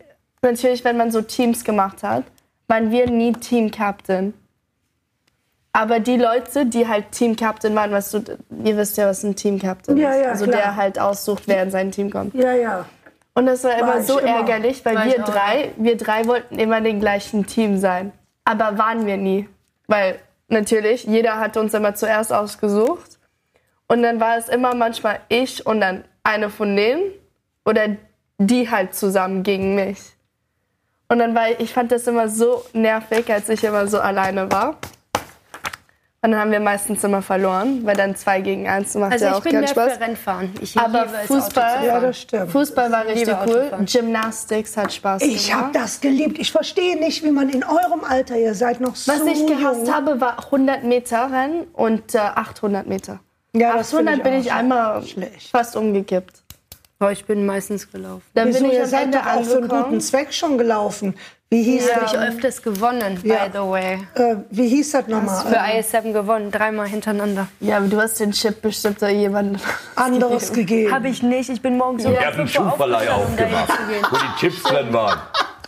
Speaker 6: Natürlich, wenn man so Teams gemacht hat, waren wir nie Team Captain. Aber die Leute, die halt Team Captain waren, weißt du, ihr wisst ja, was ein Team Captain
Speaker 2: Ja,
Speaker 6: ist.
Speaker 2: ja,
Speaker 6: also
Speaker 2: klar.
Speaker 6: der halt aussucht, wer in sein Team kommt.
Speaker 2: Ja, ja.
Speaker 6: Und das war immer
Speaker 2: ich
Speaker 6: so
Speaker 2: immer.
Speaker 6: ärgerlich, weil
Speaker 3: War ich
Speaker 6: wir
Speaker 3: auch,
Speaker 6: drei, wir drei wollten immer den gleichen Team sein. Aber waren wir nie. Weil natürlich, jeder hatte uns immer zuerst ausgesucht. Und dann war es immer manchmal ich und dann eine von denen oder die halt zusammen gegen mich. Und dann war ich, ich fand das immer so nervig, als ich immer so alleine war. Und dann haben wir meistens immer verloren, weil dann zwei gegen eins macht
Speaker 3: Also
Speaker 6: ja
Speaker 3: ich
Speaker 6: auch
Speaker 3: bin
Speaker 6: keinen
Speaker 3: mehr
Speaker 6: Spaß.
Speaker 3: für Rennfahren. Ich
Speaker 6: Aber
Speaker 3: liebe es,
Speaker 6: Fußball-
Speaker 3: Auto zu
Speaker 2: Ja,
Speaker 3: fahren.
Speaker 2: das stimmt.
Speaker 6: Fußball war richtig
Speaker 3: Liebe
Speaker 6: cool.
Speaker 3: Autofahren.
Speaker 6: Gymnastics hat Spaß
Speaker 2: Ich habe
Speaker 6: gemacht.
Speaker 2: das geliebt. Ich verstehe nicht, wie man in eurem Alter, ihr seid noch so
Speaker 6: Was ich gehasst
Speaker 2: jung.
Speaker 6: habe, war 100 Meter Rennen und äh, 800 Meter.
Speaker 2: Ja, das find
Speaker 6: 800 bin ich
Speaker 2: auch
Speaker 6: einmal
Speaker 2: schlecht.
Speaker 6: fast umgekippt.
Speaker 3: Aber ich bin meistens gelaufen.
Speaker 6: Dann
Speaker 2: Wieso,
Speaker 6: bin ich
Speaker 2: ihr
Speaker 6: am
Speaker 2: seid
Speaker 6: Ende
Speaker 2: doch auch für einen guten
Speaker 6: angekommen.
Speaker 2: Zweck schon gelaufen. Wie hieß,
Speaker 3: Ja.
Speaker 2: das,
Speaker 3: Ich öfters gewonnen,
Speaker 2: Ja.
Speaker 3: by the way.
Speaker 2: äh, wie hieß das Äh, nochmal?
Speaker 3: Für ISM gewonnen, dreimal hintereinander.
Speaker 6: Ja, aber du hast den Chip bestimmt da jemandem.
Speaker 2: anderes gegeben.
Speaker 3: Habe ich nicht. Ich bin morgens
Speaker 1: Wir
Speaker 3: sogar
Speaker 1: hatten
Speaker 3: um
Speaker 1: einen
Speaker 3: 5 Uhr
Speaker 1: Schuhverleih
Speaker 3: aufgestanden, um dahin
Speaker 1: aufgemacht,
Speaker 3: zu gehen.
Speaker 1: wo die Chips drin waren.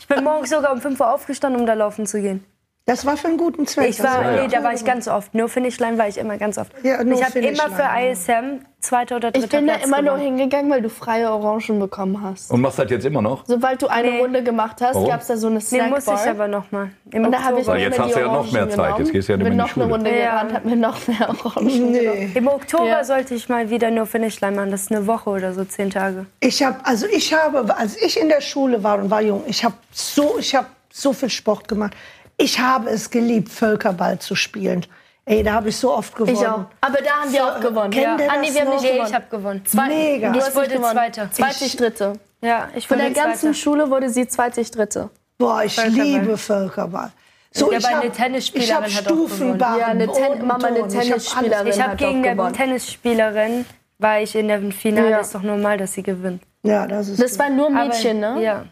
Speaker 3: Ich bin morgens sogar um 5 Uhr aufgestanden, um da laufen zu gehen.
Speaker 2: Das war für einen guten Zweck.
Speaker 3: Ich
Speaker 2: das
Speaker 3: war,
Speaker 1: ja.
Speaker 3: nee, da war ich ganz oft. Nur für Nichtlein war ich immer ganz oft.
Speaker 2: Ja, nur
Speaker 3: ich
Speaker 2: für
Speaker 3: habe immer für
Speaker 2: Nichtlein, ja.
Speaker 3: ISM zweiter oder dritter
Speaker 6: Ich bin da
Speaker 3: Platz
Speaker 6: immer nur
Speaker 3: gewonnen.
Speaker 6: hingegangen, weil du freie Orangen bekommen hast.
Speaker 1: Und machst das jetzt immer noch?
Speaker 6: Sobald du eine
Speaker 3: Nee.
Speaker 6: Runde gemacht hast,
Speaker 1: Warum?
Speaker 6: gab es da so eine
Speaker 3: Den
Speaker 6: Snackbar.
Speaker 3: muss ich aber noch mal. Im
Speaker 6: und da habe
Speaker 3: Oktober.
Speaker 6: ich
Speaker 1: Weil
Speaker 6: mir
Speaker 1: jetzt
Speaker 6: immer
Speaker 1: hast
Speaker 6: die
Speaker 1: du ja noch
Speaker 6: Orangen
Speaker 1: mehr Zeit.
Speaker 6: genommen.
Speaker 1: Jetzt gehst du ja nicht
Speaker 6: bin
Speaker 1: mehr in
Speaker 6: noch
Speaker 1: die
Speaker 6: eine
Speaker 1: Schule.
Speaker 6: Runde
Speaker 3: Ja.
Speaker 6: gerannt, hab mir noch mehr Orangen genommen.
Speaker 3: Im Oktober
Speaker 6: Ja.
Speaker 3: sollte ich mal wieder nur für Nichtlein machen. Das ist eine Woche oder so, zehn Tage.
Speaker 2: Ich habe, also ich habe, als ich in der Schule war und war jung, ich habe so, ich habe so viel Sport gemacht. Ich habe es geliebt, Völkerball zu spielen. Ey, da habe ich so oft gewonnen.
Speaker 6: Ich auch. Aber da haben wir auch gewonnen.
Speaker 2: kennt ihr
Speaker 6: Ah, nee,
Speaker 2: das
Speaker 6: wir haben
Speaker 2: noch?
Speaker 6: nicht
Speaker 2: Nee,
Speaker 6: gewonnen.
Speaker 3: ich habe gewonnen.
Speaker 2: Mega.
Speaker 3: Ich
Speaker 2: Du
Speaker 6: hast nicht
Speaker 3: wurde
Speaker 6: gewonnen.
Speaker 3: Zweite.
Speaker 6: Zweite, ich dritte.
Speaker 3: Ja, ich
Speaker 6: Von
Speaker 3: wurde
Speaker 6: der ganzen
Speaker 3: Zweite.
Speaker 6: Schule wurde sie zweite, ich dritte.
Speaker 2: Boah, ich
Speaker 3: Völkerball.
Speaker 2: liebe Völkerball. So,
Speaker 3: Ja,
Speaker 2: ich
Speaker 3: aber
Speaker 2: hab-
Speaker 3: eine Tennisspielerin
Speaker 2: ich hab
Speaker 3: hat auch gewonnen.
Speaker 2: Stufenbahn,
Speaker 6: Ja, eine Ten-
Speaker 2: Boden,
Speaker 6: Mama, eine
Speaker 2: Turnen. Ich hab alles-
Speaker 6: Tennisspielerin.
Speaker 3: Ich
Speaker 6: Hat
Speaker 3: habe
Speaker 6: auch
Speaker 3: gegen eine
Speaker 6: gewonnen.
Speaker 3: Tennisspielerin, war ich in dem Finale.
Speaker 6: Ja.
Speaker 3: Ist doch normal, dass sie gewinnt.
Speaker 2: Ja, das ist.
Speaker 6: Das war nur Mädchen,
Speaker 3: Aber-
Speaker 6: ne?
Speaker 3: Ja.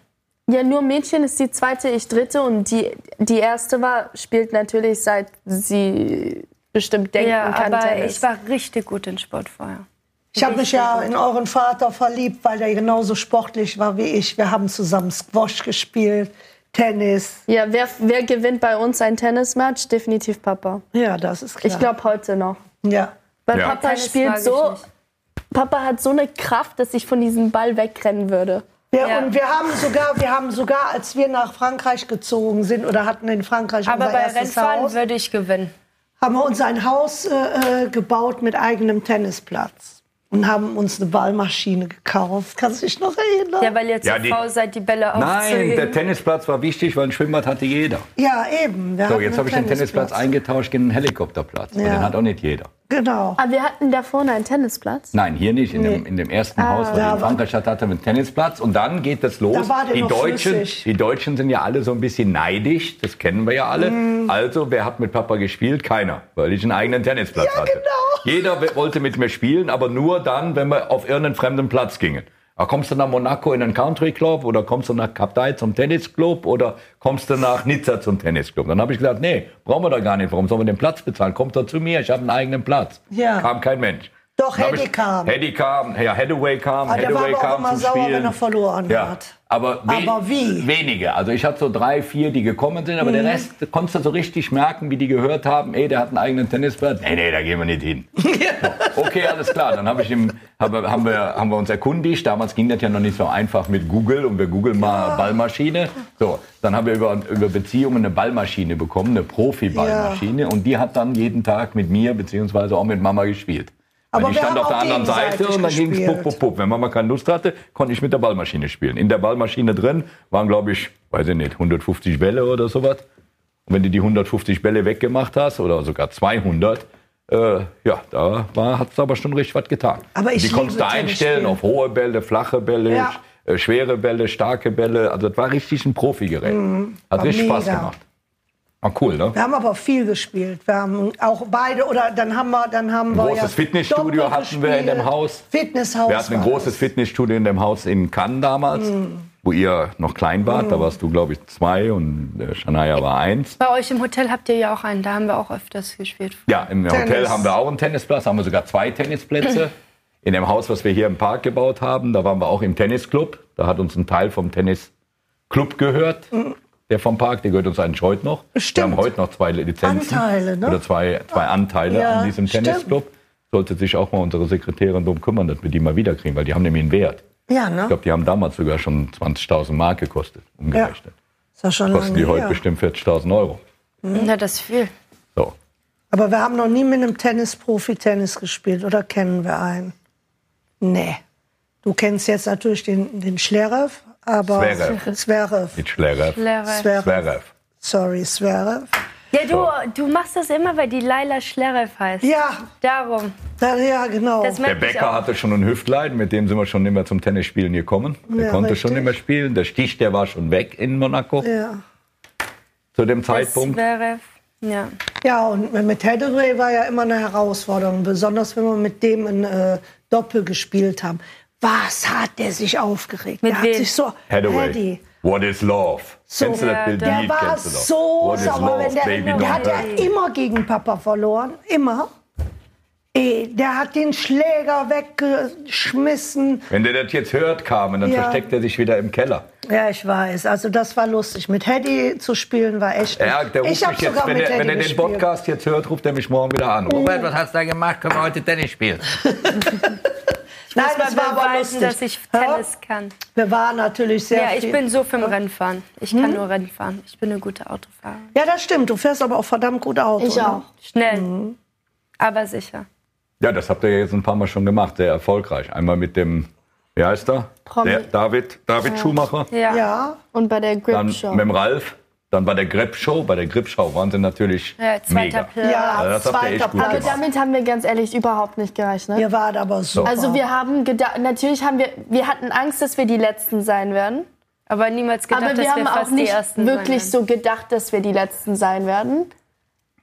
Speaker 6: Ja, nur Mädchen ist die zweite, ich dritte. Und die, die erste war, spielt natürlich seit sie bestimmt denken
Speaker 3: Ja,
Speaker 6: kann.
Speaker 3: aber
Speaker 6: Tennis.
Speaker 3: ich war richtig gut in Sport vorher.
Speaker 2: Ich habe mich ja in euren Vater verliebt, weil er genauso sportlich war wie ich. Wir haben zusammen Squash gespielt, Tennis.
Speaker 6: ja, wer, wer gewinnt bei uns ein Tennismatch? Definitiv Papa.
Speaker 2: Ja, das ist klar.
Speaker 6: Ich glaube heute noch.
Speaker 2: Ja.
Speaker 6: Weil
Speaker 1: Ja.
Speaker 6: Papa
Speaker 3: Tennis mag
Speaker 6: spielt
Speaker 3: ich
Speaker 6: so.
Speaker 3: nicht.
Speaker 6: Papa hat so eine Kraft, dass ich von diesem Ball wegrennen würde.
Speaker 2: Ja,
Speaker 6: Ja.
Speaker 2: Und wir haben sogar, wir haben sogar, als wir nach Frankreich gezogen sind oder hatten in Frankreich
Speaker 3: Aber
Speaker 2: unser
Speaker 3: bei
Speaker 2: erstes
Speaker 3: Rennfahren
Speaker 2: Haus,
Speaker 3: würde ich gewinnen.
Speaker 2: haben wir uns ein Haus äh, äh, gebaut mit eigenem Tennisplatz und haben uns eine Ballmaschine gekauft. Kannst du dich noch erinnern?
Speaker 3: Ja, weil ihr zu
Speaker 1: Ja, die-
Speaker 3: faul seid, die Bälle aufzuheben.
Speaker 1: Nein, der Tennisplatz war wichtig, weil ein Schwimmbad hatte jeder.
Speaker 2: Ja, eben. Wir
Speaker 1: So,
Speaker 2: hatten
Speaker 1: jetzt
Speaker 2: einen
Speaker 1: habe ich den Tennisplatz eingetauscht gegen einen Helikopterplatz. Und
Speaker 2: Ja.
Speaker 1: den hat auch nicht jeder.
Speaker 2: Genau.
Speaker 6: Aber Ah, wir hatten da vorne einen Tennisplatz.
Speaker 1: Nein, hier nicht. In, dem, in dem ersten Haus, was
Speaker 2: da
Speaker 1: ich
Speaker 2: war-
Speaker 1: in Frankreich hatte, hatte einen Tennisplatz. Und dann geht das los.
Speaker 2: Ah, Da war der
Speaker 1: die,
Speaker 2: noch
Speaker 1: Deutschen,
Speaker 2: flüssig.
Speaker 1: die Deutschen sind ja alle so ein bisschen neidisch. Das kennen wir ja alle.
Speaker 2: Hm.
Speaker 1: Also, wer hat mit Papa gespielt? Keiner, weil ich einen eigenen Tennisplatz
Speaker 2: Ja,
Speaker 1: hatte.
Speaker 2: genau.
Speaker 1: Jeder w- wollte mit mir spielen, aber nur dann, wenn wir auf irgendeinen fremden Platz gingen. Ah, kommst du nach Monaco in einen Country Club oder kommst du nach Kapdei zum Tennisclub oder kommst du nach Nizza zum Tennisclub? Dann habe ich gesagt, nee, brauchen wir da gar nicht. Warum sollen wir den Platz bezahlen? Kommt doch zu mir, ich habe einen eigenen Platz.
Speaker 2: Ja.
Speaker 1: Kam kein Mensch.
Speaker 2: Doch,
Speaker 1: Dann hab
Speaker 2: Hedy
Speaker 1: ich-
Speaker 2: kam.
Speaker 1: Hedy kam, ja, Hathaway kam,
Speaker 2: Aber der war
Speaker 1: Hathaway
Speaker 2: aber auch
Speaker 1: kam
Speaker 2: immer
Speaker 1: zum
Speaker 2: sauer,
Speaker 1: Spielen.
Speaker 2: wenn er verloren
Speaker 1: ja.
Speaker 2: hat.
Speaker 1: Aber, we-
Speaker 2: Aber wie? Mhm.
Speaker 1: Wenige. Also ich hatte so drei, vier, die gekommen sind, aber der Rest konntest du so richtig merken, wie die gehört haben, ey, der hat einen eigenen Tennisplatz. Nee, nee, da gehen wir nicht hin. So, okay, alles klar. Dann hab ich ihm, hab, haben, wir, haben wir uns erkundigt. Damals ging das ja noch nicht so einfach mit Google und wir googeln mal Ballmaschine. So, dann haben wir über, über Beziehungen eine Ballmaschine bekommen, eine Profi-Ballmaschine. Und die hat dann jeden Tag mit mir beziehungsweise auch mit Mama gespielt.
Speaker 2: Aber
Speaker 1: Weil ich
Speaker 2: wir
Speaker 1: stand
Speaker 2: haben
Speaker 1: auf der
Speaker 2: auch
Speaker 1: anderen Seite
Speaker 2: gegenseitig
Speaker 1: und dann ging es
Speaker 2: gespielt.
Speaker 1: pup, pup, pup. Wenn Mama keine Lust hatte, konnte ich mit der Ballmaschine spielen. In der Ballmaschine drin waren, glaube ich, weiß ich nicht, 150 Bälle oder sowas. Und wenn du die 150 Bälle weggemacht hast oder sogar 200, äh, ja, da hat es aber schon richtig was getan.
Speaker 2: Aber ich
Speaker 1: die konntest
Speaker 2: liebe
Speaker 1: du einstellen
Speaker 2: Tennisspielen.
Speaker 1: auf hohe Bälle, flache Bälle,
Speaker 2: Ja.
Speaker 1: sch- äh, schwere Bälle, starke Bälle. Also das war richtig ein Profigerät. hat
Speaker 2: Mhm. war
Speaker 1: richtig Spaß
Speaker 2: mega.
Speaker 1: gemacht. War cool, ne?
Speaker 2: Wir haben aber viel gespielt. Wir haben auch beide oder dann haben wir dann haben wir
Speaker 1: großes
Speaker 2: ja
Speaker 1: Fitnessstudio
Speaker 2: Doppel
Speaker 1: hatten wir in dem
Speaker 2: gespielt.
Speaker 1: Haus.
Speaker 2: Fitnesshaus.
Speaker 1: Wir hatten ein
Speaker 2: war
Speaker 1: großes Fitnessstudio in dem Haus in Cannes damals,
Speaker 2: Mhm.
Speaker 1: wo ihr noch klein wart. Da warst du, glaube ich, zwei und äh, Shania war eins.
Speaker 3: Bei euch im Hotel habt ihr ja auch einen, da haben wir auch öfters gespielt.
Speaker 1: Ja, im Hotel
Speaker 2: Tennis.
Speaker 1: haben wir auch einen Tennisplatz, haben wir sogar zwei Tennisplätze. In dem Haus, was wir hier im Park gebaut haben, da waren wir auch im Tennisclub. Da hat uns ein Teil vom Tennisclub gehört, der vom Park, der gehört uns eigentlich heute noch. Wir
Speaker 2: Mhm. Stimmt.
Speaker 1: haben heute noch zwei Lizenzen
Speaker 2: Anteile, ne?
Speaker 1: oder zwei, zwei Anteile
Speaker 2: Ja,
Speaker 1: an diesem
Speaker 2: stimmt.
Speaker 1: Tennisclub. Sollte sich auch mal unsere Sekretärin drum kümmern, dass wir die mal wiederkriegen, weil die haben nämlich einen Wert.
Speaker 2: Ja, ne?
Speaker 1: Ich glaube, die haben damals sogar schon 20.000 Mark gekostet, umgerechnet.
Speaker 2: Ist doch schon
Speaker 1: Kosten
Speaker 2: lange
Speaker 1: die heute
Speaker 2: her.
Speaker 1: bestimmt 40.000 Euro.
Speaker 3: Na, Mhm. das ist viel.
Speaker 1: So.
Speaker 2: Aber wir haben noch nie mit einem Tennisprofi Tennis gespielt oder kennen wir einen? Nee. Du kennst jetzt natürlich den, den Schlerev, aber.
Speaker 1: Zverev.
Speaker 2: Zverev.
Speaker 1: Mit Schlerev.
Speaker 3: Schlerev.
Speaker 2: Zverev.
Speaker 1: Zverev.
Speaker 2: Sorry, Zverev.
Speaker 3: Ja, du, du machst das immer, weil die Laila Schlerev heißt.
Speaker 2: Ja,
Speaker 3: Darum.
Speaker 2: da, ja, genau.
Speaker 3: Das
Speaker 1: Der
Speaker 3: merke ich
Speaker 1: Bäcker
Speaker 3: auch.
Speaker 1: hatte schon ein Hüftleiden, mit dem sind wir schon nicht mehr zum Tennisspielen gekommen. Der
Speaker 2: Ja,
Speaker 1: konnte schon
Speaker 2: richtig.
Speaker 1: nicht mehr spielen. Der Stich, der war schon weg in Monaco
Speaker 2: Ja.
Speaker 1: zu dem
Speaker 3: Das
Speaker 1: Zeitpunkt.
Speaker 3: wäre- Ja.
Speaker 2: ja, und mit Hathaway war ja immer eine Herausforderung, besonders wenn wir mit dem in äh, Doppel gespielt haben. Was hat der sich aufgeregt?
Speaker 3: Mit
Speaker 2: der
Speaker 3: wem?
Speaker 2: hat sich so.
Speaker 1: Hathaway.
Speaker 2: Haddy.
Speaker 1: What is love?
Speaker 2: So,
Speaker 1: kennst du das
Speaker 3: ja,
Speaker 1: Bild?
Speaker 3: der
Speaker 2: Der
Speaker 1: Lied
Speaker 2: war
Speaker 1: kennst du doch.
Speaker 2: so
Speaker 1: What is
Speaker 2: sauer,
Speaker 1: love,
Speaker 2: wenn der,
Speaker 1: baby,
Speaker 2: der hat
Speaker 1: don't
Speaker 2: ja
Speaker 1: hurt.
Speaker 2: immer gegen Papa verloren, immer. Ey, der hat den Schläger weggeschmissen.
Speaker 1: Wenn der das jetzt hört, Carmen, dann
Speaker 2: Ja.
Speaker 1: versteckt er sich wieder im Keller.
Speaker 2: Ja, ich weiß. Also das war lustig. Mit Hedy zu spielen war echt.
Speaker 1: Ja, der ruft
Speaker 2: ich habe
Speaker 1: mich jetzt,
Speaker 2: sogar
Speaker 1: wenn
Speaker 2: mit
Speaker 1: er,
Speaker 2: Hedy
Speaker 1: wenn er den
Speaker 2: gespielt.
Speaker 1: Podcast jetzt hört, ruft er mich morgen wieder an. Robert, was hast du da gemacht? Können wir heute Tennis spielen?
Speaker 2: Nein,
Speaker 3: Muss
Speaker 2: das
Speaker 3: mal
Speaker 2: war aber lustig.
Speaker 3: beweisen, dass ich
Speaker 2: Ja?
Speaker 3: Tennis kann.
Speaker 2: Wir waren natürlich sehr
Speaker 3: Ja, ich
Speaker 2: viel.
Speaker 3: bin so für Rennfahren. Ich kann nur Rennfahren. Ich bin eine gute Autofahrerin.
Speaker 2: ja, das stimmt. Du fährst aber auch verdammt gut Auto.
Speaker 6: Ich
Speaker 2: ne?
Speaker 6: auch.
Speaker 3: Schnell, aber sicher.
Speaker 1: Ja, das habt ihr ja jetzt ein paar Mal schon gemacht, sehr erfolgreich. Einmal mit dem, wie heißt er?
Speaker 6: Promi.
Speaker 1: Der David, David Schumacher.
Speaker 3: Ja. ja.
Speaker 2: Ja,
Speaker 6: Und bei der Grip
Speaker 1: Dann mit
Speaker 6: Show.
Speaker 1: dem Ralf. Dann bei der Grip Show. Bei der Grip Show waren sie natürlich
Speaker 3: zweiter
Speaker 1: mega.
Speaker 3: Platz.
Speaker 2: ja.
Speaker 1: Also das habt ihr echt
Speaker 2: zweiter
Speaker 1: gut
Speaker 6: Aber
Speaker 2: Platz.
Speaker 1: gemacht.
Speaker 6: damit haben wir ganz ehrlich überhaupt nicht gerechnet.
Speaker 2: Ihr wart aber super.
Speaker 6: Also wir haben gedacht, natürlich haben wir, wir hatten Angst, dass wir die Letzten sein werden.
Speaker 3: Aber niemals gedacht,
Speaker 6: aber wir
Speaker 3: dass wir
Speaker 6: haben auch
Speaker 3: fast die
Speaker 6: nicht
Speaker 3: ersten
Speaker 6: wirklich
Speaker 3: sein werden.
Speaker 6: so gedacht, dass wir die Letzten sein werden.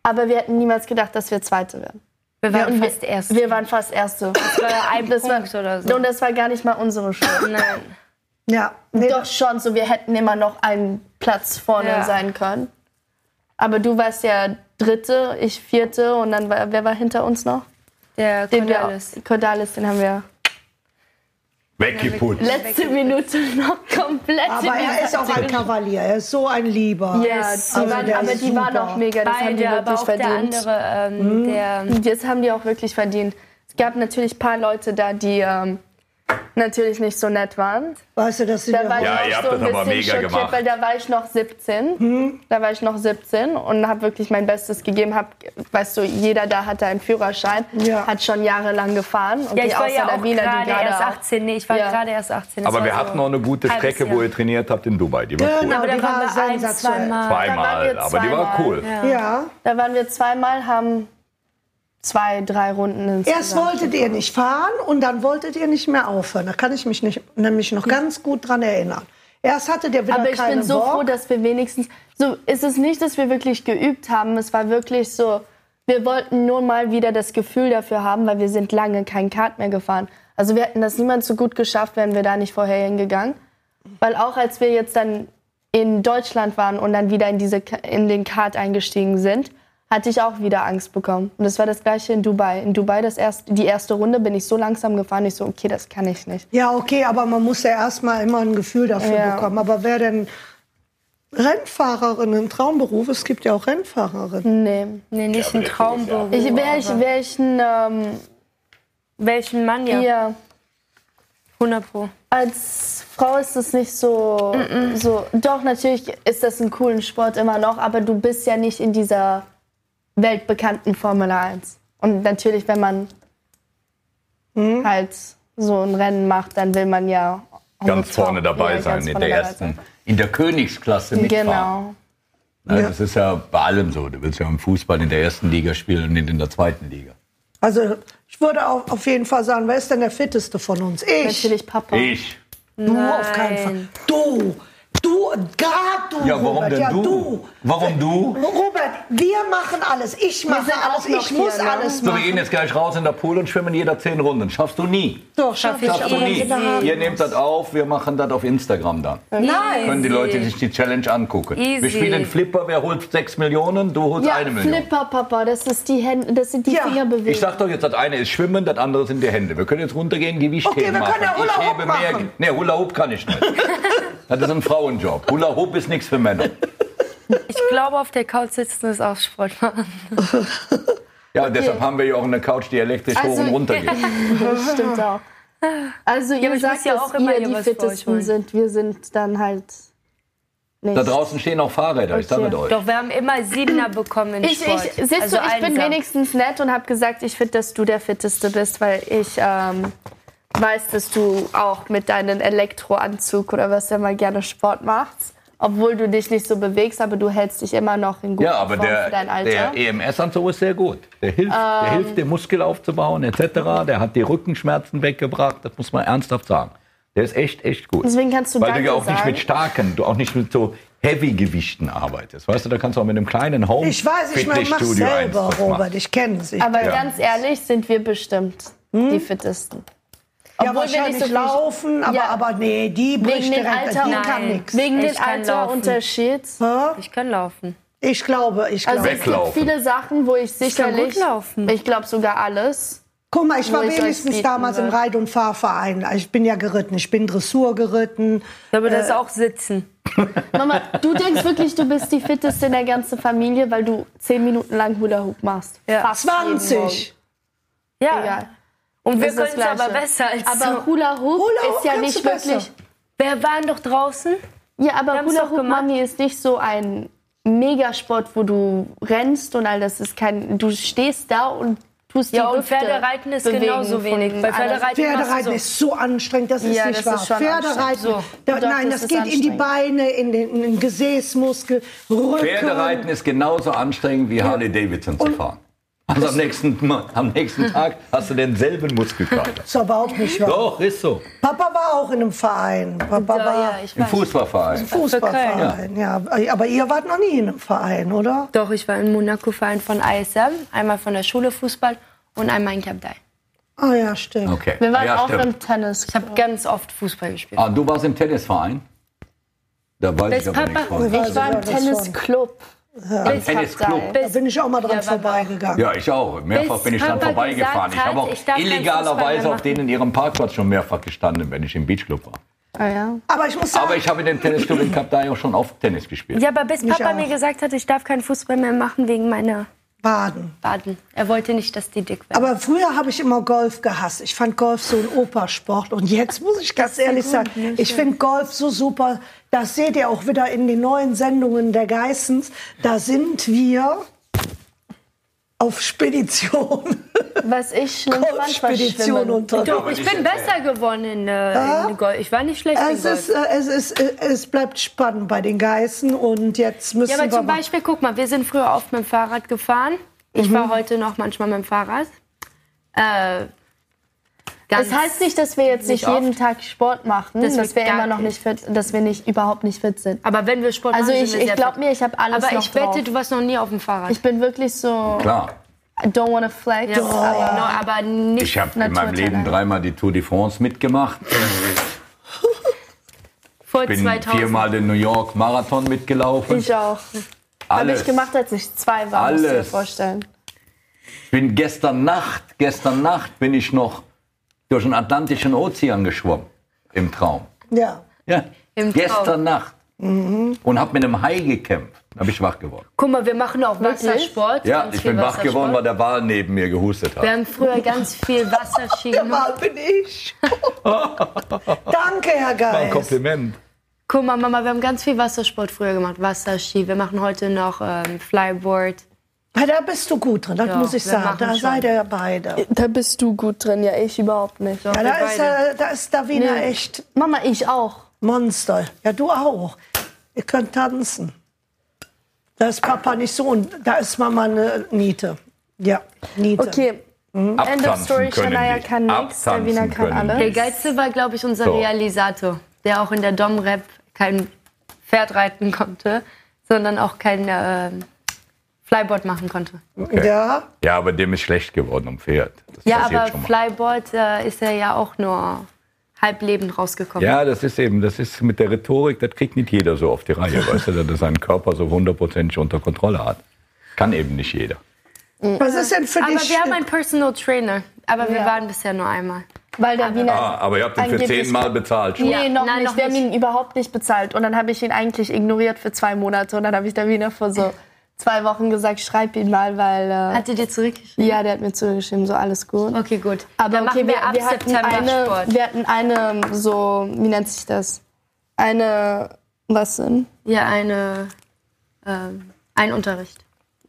Speaker 6: Aber wir hätten niemals gedacht, dass wir Zweite werden.
Speaker 3: Wir waren
Speaker 6: Und wir-
Speaker 3: fast erst.
Speaker 6: Wir waren fast Erste. Das war ein
Speaker 3: Das war- oder so.
Speaker 6: Und das war gar nicht mal unsere Schuld.
Speaker 3: Nein.
Speaker 2: ja, nee,
Speaker 6: Doch schon, so wir hätten immer noch einen Platz vorne
Speaker 3: Ja.
Speaker 6: sein können. Aber du warst ja Dritte, ich Vierte und dann war, wer war hinter uns noch?
Speaker 3: Der
Speaker 6: Den wir-
Speaker 3: Cordalis.
Speaker 6: Cordalis, den haben wir
Speaker 1: Weggeputzt.
Speaker 6: letzte Minute noch komplett
Speaker 2: aber
Speaker 6: in die
Speaker 2: er ist auch
Speaker 6: Seite
Speaker 2: ein Kavalier. Er ist so ein Lieber.
Speaker 6: Ja,
Speaker 3: Yes.
Speaker 6: die
Speaker 2: Also
Speaker 6: waren,
Speaker 2: der
Speaker 6: aber
Speaker 2: ist
Speaker 6: die waren
Speaker 2: super.
Speaker 6: auch mega. Das haben die
Speaker 3: Beide, aber
Speaker 6: wirklich
Speaker 3: auch der
Speaker 6: verdient.
Speaker 3: andere, ähm, der
Speaker 1: Hm?
Speaker 6: Und jetzt haben die auch wirklich verdient. Es gab natürlich ein paar Leute da, die ähm, natürlich nicht so nett waren.
Speaker 2: Weißt du, dass sie
Speaker 6: Da war
Speaker 1: Ja,
Speaker 6: ich
Speaker 1: ihr
Speaker 6: auch
Speaker 1: habt
Speaker 6: so
Speaker 1: das
Speaker 6: ein
Speaker 1: aber
Speaker 6: bisschen
Speaker 1: mega
Speaker 6: schockiert,
Speaker 1: gemacht.
Speaker 6: weil da war ich noch 17.
Speaker 2: Hm?
Speaker 6: Da war ich noch 17 und habe wirklich mein Bestes gegeben. Hab, weißt du, jeder da hatte einen Führerschein,
Speaker 2: Ja.
Speaker 6: hat schon jahrelang gefahren. Und
Speaker 3: Ja, ich
Speaker 6: nicht
Speaker 3: war
Speaker 6: außer
Speaker 3: ja
Speaker 6: der
Speaker 3: auch
Speaker 6: Wiener, die
Speaker 3: gerade erst
Speaker 6: auch-
Speaker 3: 18. Nee, ich war
Speaker 6: Ja.
Speaker 3: gerade erst 18. Das
Speaker 1: Aber
Speaker 3: war
Speaker 1: wir
Speaker 3: so
Speaker 1: hatten noch eine gute
Speaker 3: halbes
Speaker 1: Strecke, wo
Speaker 3: Jahr.
Speaker 1: ihr trainiert habt in Dubai. Die war
Speaker 2: Genau.
Speaker 1: cool.
Speaker 3: Aber
Speaker 2: Die
Speaker 3: da
Speaker 2: war
Speaker 3: waren wir ein,
Speaker 2: sensationell.
Speaker 3: zweimal.
Speaker 6: waren
Speaker 1: Zweimal,
Speaker 6: wir
Speaker 1: aber die war
Speaker 6: zweimal,
Speaker 1: cool.
Speaker 2: ja.
Speaker 6: Da waren wir zweimal, haben zwei, drei Runden ins
Speaker 2: Erst wolltet ihr nicht fahren und dann wolltet ihr nicht mehr aufhören. Da kann ich mich nicht, nämlich noch ganz gut dran erinnern. Erst hattet ihr wieder
Speaker 6: Aber ich
Speaker 2: keine
Speaker 6: bin so
Speaker 2: Bock.
Speaker 6: froh, dass wir wenigstens. So ist es nicht, dass wir wirklich geübt haben. Es war wirklich so. Wir wollten nur mal wieder das Gefühl dafür haben, weil wir sind lange kein Kart mehr gefahren. Also wir hätten das niemand so gut geschafft, wären wir da nicht vorher hingegangen. Weil auch als wir jetzt dann in Deutschland waren und dann wieder in, diese, Ka- in den Kart eingestiegen sind, hatte ich auch wieder Angst bekommen. Und das war das gleiche in Dubai. In Dubai das erst, die erste Runde bin ich so langsam gefahren, ich so, okay, das kann ich nicht.
Speaker 2: Ja, okay, aber man muss ja erstmal immer ein Gefühl dafür
Speaker 6: Ja.
Speaker 2: bekommen. Aber wer denn Rennfahrerin im Traumberuf? Es gibt ja auch Rennfahrerinnen.
Speaker 6: Nee.
Speaker 3: Nee, nicht ein Traumberuf.
Speaker 6: Ich, wär ich, wär ich ein, ähm,
Speaker 3: Welchen Mann ja?
Speaker 6: ja,
Speaker 3: 100 Pro.
Speaker 6: als Frau ist es nicht so, so. Doch, natürlich ist das ein coolen Sport immer noch, aber du bist ja nicht in dieser weltbekannten Formel 1. Und natürlich, wenn man
Speaker 3: Hm?
Speaker 6: halt so ein Rennen macht, dann will man ja auch
Speaker 1: Ganz
Speaker 6: mit
Speaker 1: vorne
Speaker 6: Top-
Speaker 1: dabei
Speaker 6: ja,
Speaker 1: sein,
Speaker 6: ganz
Speaker 1: in
Speaker 6: vorne
Speaker 1: der
Speaker 6: dabei
Speaker 1: ersten, in der Königsklasse
Speaker 6: sein.
Speaker 1: mitfahren.
Speaker 6: Genau.
Speaker 1: Na, Das ist ja bei allem so. Du willst ja im Fußball in der ersten Liga spielen und nicht in der zweiten Liga.
Speaker 2: Also ich würde auch auf jeden Fall sagen, wer ist denn der fitteste von uns? Ich.
Speaker 6: Natürlich Papa.
Speaker 1: Ich.
Speaker 2: Du auf keinen Fall. Du. Du, gerade du,
Speaker 1: Ja, warum
Speaker 2: Robert.
Speaker 1: denn
Speaker 2: ja,
Speaker 1: du?
Speaker 2: du.
Speaker 1: Warum du?
Speaker 2: Robert, wir machen alles. Ich mache
Speaker 6: sind auch
Speaker 2: alles.
Speaker 6: noch
Speaker 2: Ich muss
Speaker 6: hier, ne?
Speaker 2: alles
Speaker 1: So, wir
Speaker 2: machen.
Speaker 1: gehen jetzt gleich raus in der Pool und schwimmen jeder zehn Runden. Schaffst du nie.
Speaker 2: Doch, schaffe ich
Speaker 3: Schaff
Speaker 6: eh
Speaker 1: Schaffst du
Speaker 2: aber.
Speaker 1: nie.
Speaker 2: Genau.
Speaker 1: Ihr nehmt das auf, wir machen das auf Instagram dann.
Speaker 3: Nein.
Speaker 1: Können die Leute sich die Challenge angucken. Wir
Speaker 3: Easy.
Speaker 1: spielen Flipper, wer holt sechs Millionen, du holst
Speaker 6: Ja,
Speaker 1: eine Million.
Speaker 6: Flipper Papa, das ist die Hände, das sind die
Speaker 2: Ja.
Speaker 6: Fingerbewegungen.
Speaker 1: Ich sag doch jetzt, das eine ist Schwimmen, das andere sind die Hände. Wir können jetzt runtergehen, Gewicht
Speaker 2: Okay,
Speaker 1: heben
Speaker 2: wir können ja
Speaker 1: machen.
Speaker 2: Hula
Speaker 1: ich
Speaker 2: Hoop
Speaker 1: hebe mehr.
Speaker 2: machen.
Speaker 1: Nee, Hula Hoop kann ich nicht. das ist ein Frauenjob. Hula Hoop ist nichts für Männer.
Speaker 3: Ich glaube, auf der Couch sitzen ist auch Sport machen.
Speaker 1: Ja, deshalb haben wir ja auch eine Couch, die elektrisch hoch
Speaker 6: Also-
Speaker 1: und runter geht.
Speaker 6: Das stimmt auch. Also ihr
Speaker 3: aber ich
Speaker 6: sagt
Speaker 3: muss ja
Speaker 6: dass
Speaker 3: auch immer
Speaker 6: ihr
Speaker 3: hier
Speaker 6: die
Speaker 3: was für euch
Speaker 6: Fittesten
Speaker 3: holen.
Speaker 6: sind. Wir sind dann halt nicht.
Speaker 1: Da draußen stehen auch Fahrräder, ich sag mit euch.
Speaker 3: Doch, wir haben immer Siebener bekommen in
Speaker 6: ich, ich,
Speaker 3: Sport. Also
Speaker 6: siehst du, ich bin
Speaker 3: Einser.
Speaker 6: wenigstens nett und habe gesagt, ich finde, dass du der Fitteste bist, weil ich ähm, weiß, dass du auch mit deinem Elektroanzug oder was immer gerne Sport machst. Obwohl du dich nicht so bewegst, aber du hältst dich immer noch in guter
Speaker 1: Ja, aber
Speaker 6: Form für
Speaker 1: der,
Speaker 6: dein
Speaker 1: der eh-
Speaker 6: Alter. Ähm.
Speaker 1: EMS-Anzug ist sehr gut. Der hilft, der hilft, den Muskel aufzubauen, etc. Der hat die Rückenschmerzen weggebracht, das muss man ernsthaft sagen. Der ist echt, echt gut.
Speaker 6: Deswegen kannst du
Speaker 1: Weil du
Speaker 6: Danke
Speaker 1: ja auch nicht
Speaker 6: sagen.
Speaker 1: mit starken, du auch nicht mit so Heavy-Gewichten arbeitest. Weißt du, da kannst du auch mit einem kleinen Home
Speaker 2: Ich weiß, ich meine, mach
Speaker 1: Fitnessstudio eins
Speaker 2: selber,
Speaker 1: draus machen.
Speaker 2: Robert. Ich kenne sie.
Speaker 6: aber
Speaker 1: Ja.
Speaker 6: ganz ehrlich sind wir bestimmt die
Speaker 3: Hm?
Speaker 6: Fittesten.
Speaker 2: Ja,
Speaker 6: Obwohl wir
Speaker 2: wahrscheinlich
Speaker 6: nicht so viel-
Speaker 2: laufen, aber,
Speaker 6: Ja.
Speaker 2: aber nee, die bricht
Speaker 6: dem
Speaker 2: direkt,
Speaker 6: Alter
Speaker 2: die
Speaker 6: und-
Speaker 2: kann
Speaker 3: Nein.
Speaker 2: nichts.
Speaker 6: Wegen
Speaker 3: Ich
Speaker 6: dem
Speaker 3: kann
Speaker 6: Altersunterschied.
Speaker 3: Ich kann laufen.
Speaker 2: Ich glaube, ich glaube.
Speaker 6: Also es gibt
Speaker 1: Weglaufen.
Speaker 6: viele Sachen, wo ich
Speaker 3: kann
Speaker 6: sicherlich,
Speaker 3: gut laufen.
Speaker 6: ich glaube sogar alles.
Speaker 2: Guck mal, ich war
Speaker 6: Wo ich euch
Speaker 2: wenigstens
Speaker 6: bieten
Speaker 2: damals im
Speaker 6: würde.
Speaker 2: Reit- und Fahrverein. Ich bin ja geritten, ich bin Dressur geritten.
Speaker 3: Aber das
Speaker 6: äh,
Speaker 3: ist auch Sitzen.
Speaker 6: Mama, du denkst wirklich, du bist die fitteste in der ganzen Familie, weil du zehn Minuten lang Hula Hoop machst.
Speaker 3: Ja.
Speaker 6: Fast jeden
Speaker 2: 20.
Speaker 3: Ja.
Speaker 6: Morgen. Egal.
Speaker 3: Und wir
Speaker 6: Das ist das
Speaker 3: können es aber
Speaker 6: Gleiche.
Speaker 3: besser als
Speaker 6: Aber
Speaker 3: du.
Speaker 6: Hula Hoop
Speaker 2: Hula Hoop
Speaker 6: ist ja
Speaker 2: kannst
Speaker 6: nicht
Speaker 2: du besser.
Speaker 6: wirklich.
Speaker 3: Wir waren doch draußen.
Speaker 6: Ja, aber
Speaker 3: haben's
Speaker 6: Hula
Speaker 3: doch
Speaker 6: Hoop
Speaker 3: gemacht.
Speaker 6: Mami ist nicht so ein Megasport, wo du rennst und all das ist kein. Du stehst da und tust
Speaker 3: Ja,
Speaker 6: die
Speaker 3: und
Speaker 6: Hüfte
Speaker 3: Pferdereiten ist
Speaker 6: bewegen
Speaker 3: genauso
Speaker 6: von
Speaker 3: wenig. Bei
Speaker 6: anderen-
Speaker 3: Pferdereiten machst du
Speaker 2: Pferdereiten
Speaker 3: so.
Speaker 2: ist so anstrengend, das ist
Speaker 6: Ja,
Speaker 2: nicht
Speaker 6: das
Speaker 2: wahr.
Speaker 6: ist schon
Speaker 2: Pferdereiten,
Speaker 6: anstrengend. So.
Speaker 2: da,
Speaker 6: Doch,
Speaker 2: nein, das,
Speaker 6: das ist
Speaker 2: geht in die
Speaker 6: anstrengend.
Speaker 2: Beine, in den, in den Gesäßmuskel, Rücken.
Speaker 1: Pferdereiten ist genauso anstrengend wie Harley Davidson zu fahren. Also am nächsten, Mal- am nächsten Tag hast du denselben Muskelkater.
Speaker 2: ist aber auch nicht wahr.
Speaker 1: Doch, ist so.
Speaker 2: Papa war auch in einem Verein. Papa
Speaker 3: Ja,
Speaker 2: war
Speaker 3: ja, ich
Speaker 1: Im
Speaker 3: weiß.
Speaker 1: Fußballverein.
Speaker 2: Fußballverein. Ja. aber ihr wart noch nie in einem Verein, oder?
Speaker 3: Doch, ich war in Monaco-Verein von ISM, einmal von der Schule Fußball und einmal in Kabdai.
Speaker 2: Ah ja, stimmt.
Speaker 1: Okay.
Speaker 6: Wir waren
Speaker 1: ja,
Speaker 6: auch
Speaker 1: stimmt.
Speaker 6: im Tennis.
Speaker 3: Ich habe ganz oft Fußball gespielt.
Speaker 1: Ah, du warst im Tennisverein? Da weiß Oh, ich
Speaker 3: Bis
Speaker 1: aber nichts
Speaker 3: Papa-
Speaker 1: von.
Speaker 6: Ich war im Tennisclub.
Speaker 1: Im Tennisclub.
Speaker 2: Da bin ich auch mal dran
Speaker 3: Ja, Papa.
Speaker 2: vorbeigegangen.
Speaker 1: Ja, ich auch. Mehrfach
Speaker 3: Bis
Speaker 1: bin ich dann
Speaker 3: Papa
Speaker 1: vorbeigefahren. Ich
Speaker 3: gesagt
Speaker 1: habe
Speaker 3: hat,
Speaker 1: auch
Speaker 3: ich darf kein Fußball
Speaker 1: illegalerweise
Speaker 3: mehr
Speaker 1: auf denen in ihrem Parkplatz schon mehrfach gestanden, wenn ich im Beachclub war.
Speaker 6: Ah, ja.
Speaker 2: Aber ich muss sagen,
Speaker 1: Aber ich habe in dem Tennisclub in Cap Dai auch schon oft Tennis gespielt.
Speaker 3: Ja, aber bis
Speaker 2: Mich
Speaker 3: Papa
Speaker 2: auch.
Speaker 3: mir gesagt hat, ich darf keinen Fußball mehr machen wegen meiner
Speaker 2: Baden.
Speaker 3: Baden. Er wollte nicht, dass die dick werden.
Speaker 2: Aber früher habe ich immer Golf gehasst. Ich fand Golf so ein Opersport. Und jetzt muss ich ganz ehrlich sagen, ich finde Golf so super. Das seht ihr auch wieder in den neuen Sendungen der Geissens. Da sind wir auf Spedition.
Speaker 6: Was ich schlimm fand, war
Speaker 2: Golfspedition
Speaker 6: Schwimmen.
Speaker 2: unter.
Speaker 3: Doch, ich bin besser geworden in, äh, in Golf. Ich war nicht schlecht in
Speaker 2: Es,
Speaker 3: Golf.
Speaker 2: ist, äh, es, ist, äh, es bleibt spannend bei den Geißen und jetzt müssen
Speaker 3: Ja, aber
Speaker 2: wir
Speaker 3: zum
Speaker 2: mal-
Speaker 3: Beispiel, guck mal, wir sind früher oft mit dem Fahrrad gefahren. Ich fahre
Speaker 6: Mhm.
Speaker 3: heute noch manchmal mit dem Fahrrad. Äh, ganz
Speaker 6: Das heißt nicht, dass wir jetzt nicht,
Speaker 3: Nicht oft.
Speaker 6: jeden Tag Sport machen,
Speaker 3: Dass
Speaker 6: dass,
Speaker 3: wir
Speaker 6: wir
Speaker 3: gar
Speaker 6: immer noch nicht fit, dass wir nicht überhaupt nicht fit sind.
Speaker 3: aber wenn wir Sport
Speaker 6: Also
Speaker 3: machen,
Speaker 6: ich,
Speaker 3: sind wir
Speaker 6: ich
Speaker 3: sehr
Speaker 6: glaube
Speaker 3: fit.
Speaker 6: mir, ich habe alles
Speaker 3: Aber
Speaker 6: noch
Speaker 3: ich wette,
Speaker 6: drauf.
Speaker 3: du warst noch nie auf dem Fahrrad.
Speaker 6: Ich bin wirklich so,
Speaker 1: Klar.
Speaker 6: I don't wanna flex.
Speaker 3: Ja, genau,
Speaker 6: Aber
Speaker 3: aber nicht.
Speaker 1: Ich habe in
Speaker 6: Natur
Speaker 1: meinem Leben
Speaker 6: Talent.
Speaker 1: dreimal die Tour de France mitgemacht.
Speaker 3: vor
Speaker 1: Bin
Speaker 3: 2000.
Speaker 1: viermal den New York Marathon mitgelaufen.
Speaker 6: ich auch. Habe
Speaker 1: Alles.
Speaker 6: ich gemacht, als ich zwei war, musst du dir
Speaker 1: Alles.
Speaker 6: vorstellen.
Speaker 1: Ich bin gestern Nacht, gestern Nacht bin ich noch durch den Atlantischen Ozean geschwommen. Im Traum.
Speaker 2: Ja.
Speaker 1: Ja.
Speaker 3: Im Traum.
Speaker 1: gestern Nacht.
Speaker 6: Mhm.
Speaker 1: Und habe mit einem Hai gekämpft. Da bin ich wach geworden.
Speaker 3: Guck mal, wir machen auch Wassersport.
Speaker 1: Ja,
Speaker 3: ganz
Speaker 1: ich
Speaker 3: viel
Speaker 1: bin wach
Speaker 3: Wassersport.
Speaker 1: geworden, weil der Wal neben mir gehustet
Speaker 3: Wir
Speaker 1: hat.
Speaker 3: haben früher ganz viel Wasserski
Speaker 2: Der
Speaker 3: gemacht.
Speaker 2: Wahl bin ich. Danke, Herr Geist.
Speaker 1: Kompliment.
Speaker 3: Guck mal, Mama, wir haben ganz viel Wassersport früher gemacht. Wasserski. Wir machen heute noch ähm, Flyboard.
Speaker 2: Ja, Ah, da bist du gut drin, das
Speaker 3: Ja,
Speaker 2: muss ich
Speaker 3: wir
Speaker 2: sagen.
Speaker 3: machen
Speaker 2: Da
Speaker 3: schon.
Speaker 2: seid ihr beide.
Speaker 6: Da bist du gut drin, ja, ich überhaupt nicht.
Speaker 2: Ja,
Speaker 3: wir
Speaker 2: da, ist,
Speaker 3: beide.
Speaker 2: äh, da ist Davina
Speaker 6: Nee.
Speaker 2: echt
Speaker 6: Mama, ich auch.
Speaker 2: Monster. Ja, du auch. Ihr könnt tanzen. Da ist Papa nicht so und da ist Mama eine Niete. Ja, Niete.
Speaker 6: Okay,
Speaker 1: Hm? Abtanzen
Speaker 6: End of story,
Speaker 1: können
Speaker 6: Shania
Speaker 1: nicht.
Speaker 6: kann nix,
Speaker 1: Abtanzen
Speaker 6: Davina kann
Speaker 1: können
Speaker 6: alles.
Speaker 1: nicht.
Speaker 3: Der geilste war, glaube ich, unser
Speaker 1: So.
Speaker 3: Realisator, der auch in der Dom-Rap kein Pferd reiten konnte, sondern auch kein ähm, Flyboard machen konnte.
Speaker 1: Okay.
Speaker 2: Ja,
Speaker 1: Ja, aber dem ist schlecht geworden am Pferd. Das
Speaker 3: Ja,
Speaker 1: passiert
Speaker 3: aber
Speaker 1: schon mal.
Speaker 3: Flyboard äh, ist er ja auch nur halb lebend rausgekommen.
Speaker 1: Ja, das ist eben, das ist mit der Rhetorik, das kriegt nicht jeder so auf die Reihe, weißt du, dass er seinen Körper so hundertprozentig unter Kontrolle hat. Kann eben nicht jeder.
Speaker 2: was ist denn für
Speaker 3: Aber
Speaker 2: dich?
Speaker 3: wir haben einen Personal Trainer, aber wir waren bisher nur einmal.
Speaker 6: weil Davina...
Speaker 1: Ah, aber ihr habt ihn für
Speaker 6: Angeblich-
Speaker 1: zehnmal bezahlt schon.
Speaker 6: Nee, noch
Speaker 3: Nein,
Speaker 6: nicht.
Speaker 3: noch
Speaker 6: wir
Speaker 3: nicht.
Speaker 6: haben ihn überhaupt nicht bezahlt. Und dann habe ich ihn eigentlich ignoriert für zwei Monate. Und dann habe ich Davina vor so zwei Wochen gesagt, schreib ihn mal, weil...
Speaker 3: Hat ihr dir
Speaker 6: Äh,
Speaker 3: zurückgeschrieben?
Speaker 6: ja, der hat mir zugeschrieben, so alles gut.
Speaker 3: Okay, gut.
Speaker 6: Aber
Speaker 3: Dann
Speaker 6: okay,
Speaker 3: machen wir, ab
Speaker 6: hatten
Speaker 3: September
Speaker 6: eine,
Speaker 3: Sport.
Speaker 6: wir hatten eine, so, wie nennt sich das? Eine, was denn?
Speaker 3: Ja, eine, ähm, ein Unterricht.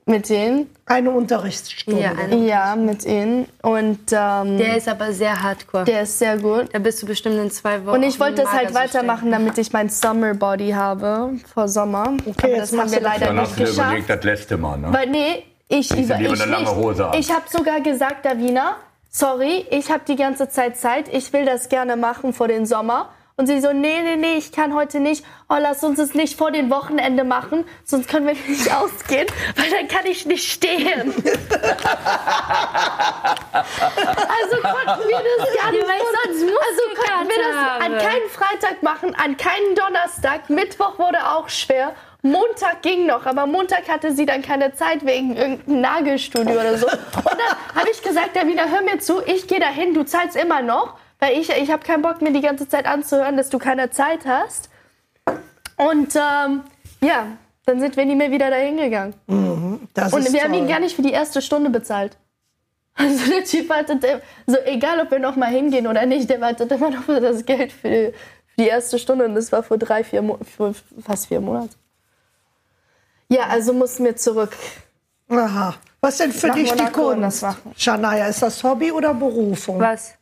Speaker 6: Mit denen?
Speaker 2: Eine Unterrichtsstunde.
Speaker 3: Ja, eine,
Speaker 6: Ja, mit ihnen. Und ähm, der,
Speaker 3: der ist aber sehr hardcore.
Speaker 6: ist sehr gut.
Speaker 3: da bist du bestimmt in zwei
Speaker 2: Oh,
Speaker 3: Wochen.
Speaker 6: Und ich wollte das halt
Speaker 3: magersüchtig.
Speaker 6: weitermachen, damit ich mein Summer Body habe vor Sommer.
Speaker 2: Okay,
Speaker 6: Aber
Speaker 2: jetzt
Speaker 6: das haben
Speaker 2: machst
Speaker 6: wir
Speaker 2: du das.
Speaker 6: leider
Speaker 1: Dann hast
Speaker 6: nicht
Speaker 1: du dir überlegt,
Speaker 6: geschafft.
Speaker 1: das letzte Mal, ne?
Speaker 6: Weil nee, ich über
Speaker 1: lieber
Speaker 6: ich
Speaker 1: eine lange
Speaker 6: nicht.
Speaker 1: Hose an.
Speaker 6: Ich habe sogar gesagt, Davina, sorry, ich habe die ganze Zeit Zeit. Ich will das gerne machen vor den Sommer. Und sie so, nee, nee, nee, ich kann heute nicht. Oh, lass uns es nicht vor dem Wochenende machen, sonst können wir nicht ausgehen, weil dann kann ich nicht stehen. also konnten wir das gar nicht.
Speaker 3: weil ich sonst
Speaker 6: also
Speaker 3: Muskelkater
Speaker 6: konnten wir das an
Speaker 3: habe.
Speaker 6: keinen Freitag machen, an keinen Donnerstag. Mittwoch wurde auch schwer. Montag ging noch, aber Montag hatte sie dann keine Zeit wegen irgendeinem Nagelstudio oder so. Und dann habe ich gesagt, Davina, hör mir zu, ich gehe dahin, du zahlst immer noch, weil ich, ich habe keinen Bock, mir die ganze Zeit anzuhören, dass du keine Zeit hast. Und ähm, ja, dann sind wir nie mehr wieder dahin gegangen.
Speaker 2: Das
Speaker 6: Und
Speaker 2: ist
Speaker 6: wir haben ihn
Speaker 2: toll.
Speaker 6: gar nicht für die erste Stunde bezahlt. Also der Typ wartet, im- so egal ob wir noch mal hingehen oder nicht, der wartet immer noch für das Geld für die, für die erste Stunde. Und das war vor drei, vier, Mo vor fast vier Monaten. Ja, also mussten wir zurück.
Speaker 2: Aha. Was denn für
Speaker 6: Nach
Speaker 2: dich die
Speaker 6: Monaco und
Speaker 2: Kunst?
Speaker 6: das machen.
Speaker 2: Shania, ist das Hobby oder Berufung?
Speaker 3: Was?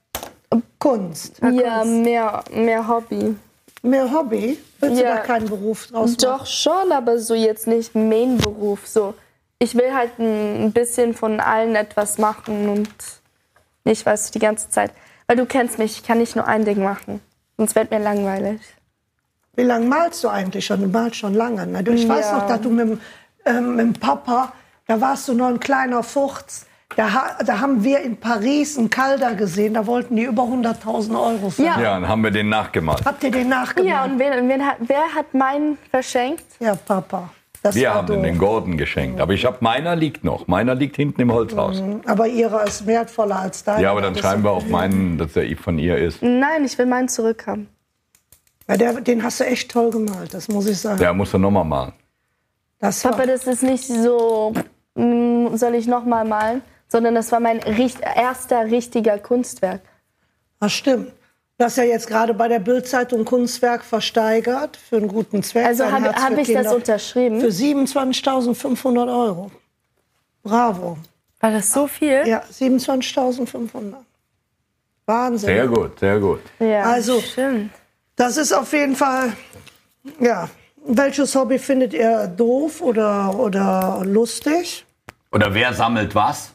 Speaker 2: Kunst.
Speaker 6: ja, mehr, mehr Hobby.
Speaker 2: Mehr Hobby? Willst
Speaker 6: Ja.
Speaker 2: du da keinen Beruf draus machen?
Speaker 6: Doch schon, aber so jetzt nicht Main-Beruf. So. Ich will halt ein ein bisschen von allen etwas machen und nicht, weißt du, die ganze Zeit. Weil du kennst mich, ich kann nicht nur ein Ding machen. Sonst wird mir langweilig.
Speaker 2: Wie lange malst du eigentlich schon? Du malst schon lange. Ne? Du- Ich weiß
Speaker 6: Ja.
Speaker 2: noch, dass du mit, dem, ähm, mit dem Papa, da warst du noch ein kleiner Furz. Da, ha- da haben wir in Paris einen Calder gesehen, da wollten die über 100.000 Euro für.
Speaker 1: Ja, dann haben wir den nachgemalt.
Speaker 2: Habt ihr den
Speaker 6: Ja,
Speaker 2: nachgemacht?
Speaker 6: und wen, wen hat, wer hat meinen verschenkt?
Speaker 2: Ja, Papa. Das
Speaker 1: Wir
Speaker 2: war
Speaker 1: haben den
Speaker 2: doof.
Speaker 1: den Gordon geschenkt. Aber ich habe, meiner liegt noch. Meiner liegt hinten im Holzhaus.
Speaker 2: Aber ihrer ist wertvoller als deiner.
Speaker 1: Ja, aber dann schreiben wir auf meinen, dass der von ihr ist.
Speaker 6: Nein, ich will meinen zurückhaben.
Speaker 2: Ja, der, den hast du echt toll gemalt, das muss ich sagen.
Speaker 1: Der muss er nochmal malen.
Speaker 2: Das war,
Speaker 6: Papa, das ist nicht so "Mm, soll ich noch mal malen? Sondern das war mein richt erster richtiger Kunstwerk.
Speaker 2: Das Ah, stimmt. Das ist ja jetzt gerade bei der Bildzeitung Kunstwerk versteigert für einen guten Zweck.
Speaker 6: Also
Speaker 2: Ein
Speaker 6: hab-
Speaker 2: Herz
Speaker 6: hab
Speaker 2: für
Speaker 6: ich das
Speaker 2: Kinder.
Speaker 6: unterschrieben?
Speaker 2: Für
Speaker 1: Hm?
Speaker 2: 27.500 Euro. Bravo.
Speaker 3: War das so viel?
Speaker 2: Ja, 27.500. Wahnsinn.
Speaker 1: Sehr gut, sehr gut.
Speaker 6: Ja.
Speaker 2: Also,
Speaker 3: Stimmt.
Speaker 2: das ist auf jeden Fall, ja. Welches Hobby findet ihr doof oder, oder lustig?
Speaker 1: Oder wer sammelt was?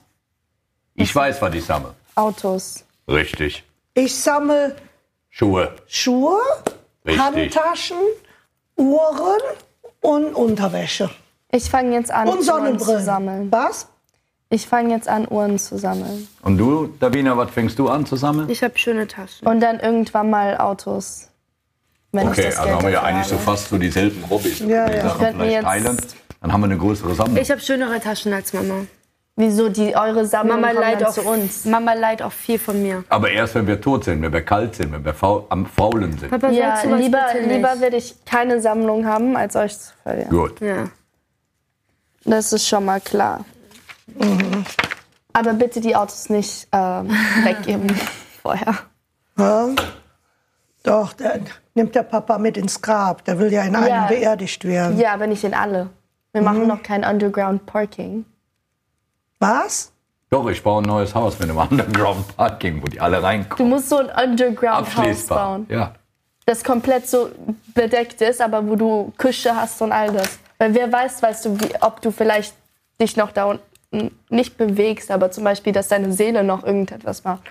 Speaker 1: Ich weiß, was ich sammle.
Speaker 6: Autos.
Speaker 1: Richtig.
Speaker 2: Ich sammle
Speaker 1: Schuhe.
Speaker 2: Schuhe,
Speaker 1: Richtig.
Speaker 2: Handtaschen, Uhren und Unterwäsche.
Speaker 6: Ich fange jetzt an,
Speaker 2: Und
Speaker 6: Uhren zu
Speaker 2: Sonnenbrillen.
Speaker 6: sammeln.
Speaker 2: Was?
Speaker 6: Ich fange jetzt an, Uhren zu sammeln.
Speaker 1: Und du, Davina, was fängst du an zu sammeln?
Speaker 3: Ich habe schöne Taschen.
Speaker 6: Und dann irgendwann mal Autos. Wenn
Speaker 1: Okay,
Speaker 6: ich das
Speaker 1: also
Speaker 6: Geld
Speaker 1: haben wir ja
Speaker 6: dafür
Speaker 1: eigentlich so
Speaker 6: habe.
Speaker 1: fast so dieselben Hobbys.
Speaker 2: Ja,
Speaker 1: Die
Speaker 2: ja.
Speaker 1: Sachen
Speaker 6: Könnten wir
Speaker 1: vielleicht
Speaker 6: jetzt-
Speaker 1: teilen. Dann haben wir eine größere Sammlung.
Speaker 3: Ich habe schönere Taschen als Mama.
Speaker 6: Wieso die eure Sammlung
Speaker 3: Mama
Speaker 6: kommt
Speaker 3: leiht
Speaker 6: dann
Speaker 3: auch
Speaker 6: zu uns?
Speaker 3: Mama leiht auch viel von mir.
Speaker 1: Aber erst, wenn wir tot sind, wenn wir kalt sind, wenn wir faul, am Faulen sind.
Speaker 3: Papa,
Speaker 6: Ja,
Speaker 3: sagst du was
Speaker 6: lieber,
Speaker 3: bitte nicht?
Speaker 6: lieber würde ich keine Sammlung haben, als euch zu verlieren.
Speaker 1: Gut.
Speaker 3: Ja.
Speaker 6: Das ist schon mal klar. Aber bitte die Autos nicht ähm, weggeben vorher.
Speaker 2: Ja. Doch, der nimmt der Papa mit ins Grab. Der will ja in einem
Speaker 6: Ja.
Speaker 2: beerdigt werden.
Speaker 6: Ja, aber nicht in alle. Wir
Speaker 3: Mhm.
Speaker 6: machen noch kein Underground Parking.
Speaker 2: Was?
Speaker 1: Doch, ich baue ein neues Haus mit einem Underground Parking, wo die alle
Speaker 6: Du
Speaker 1: reinkommen.
Speaker 6: musst so ein Underground Haus
Speaker 1: Abschließbar.
Speaker 6: bauen,
Speaker 1: Ja.
Speaker 6: das komplett so bedeckt ist, aber wo du Küche hast und all das. Weil wer weiß, weißt du, wie, ob du vielleicht dich noch da unten nicht bewegst, aber zum Beispiel, dass deine Seele noch irgendetwas macht.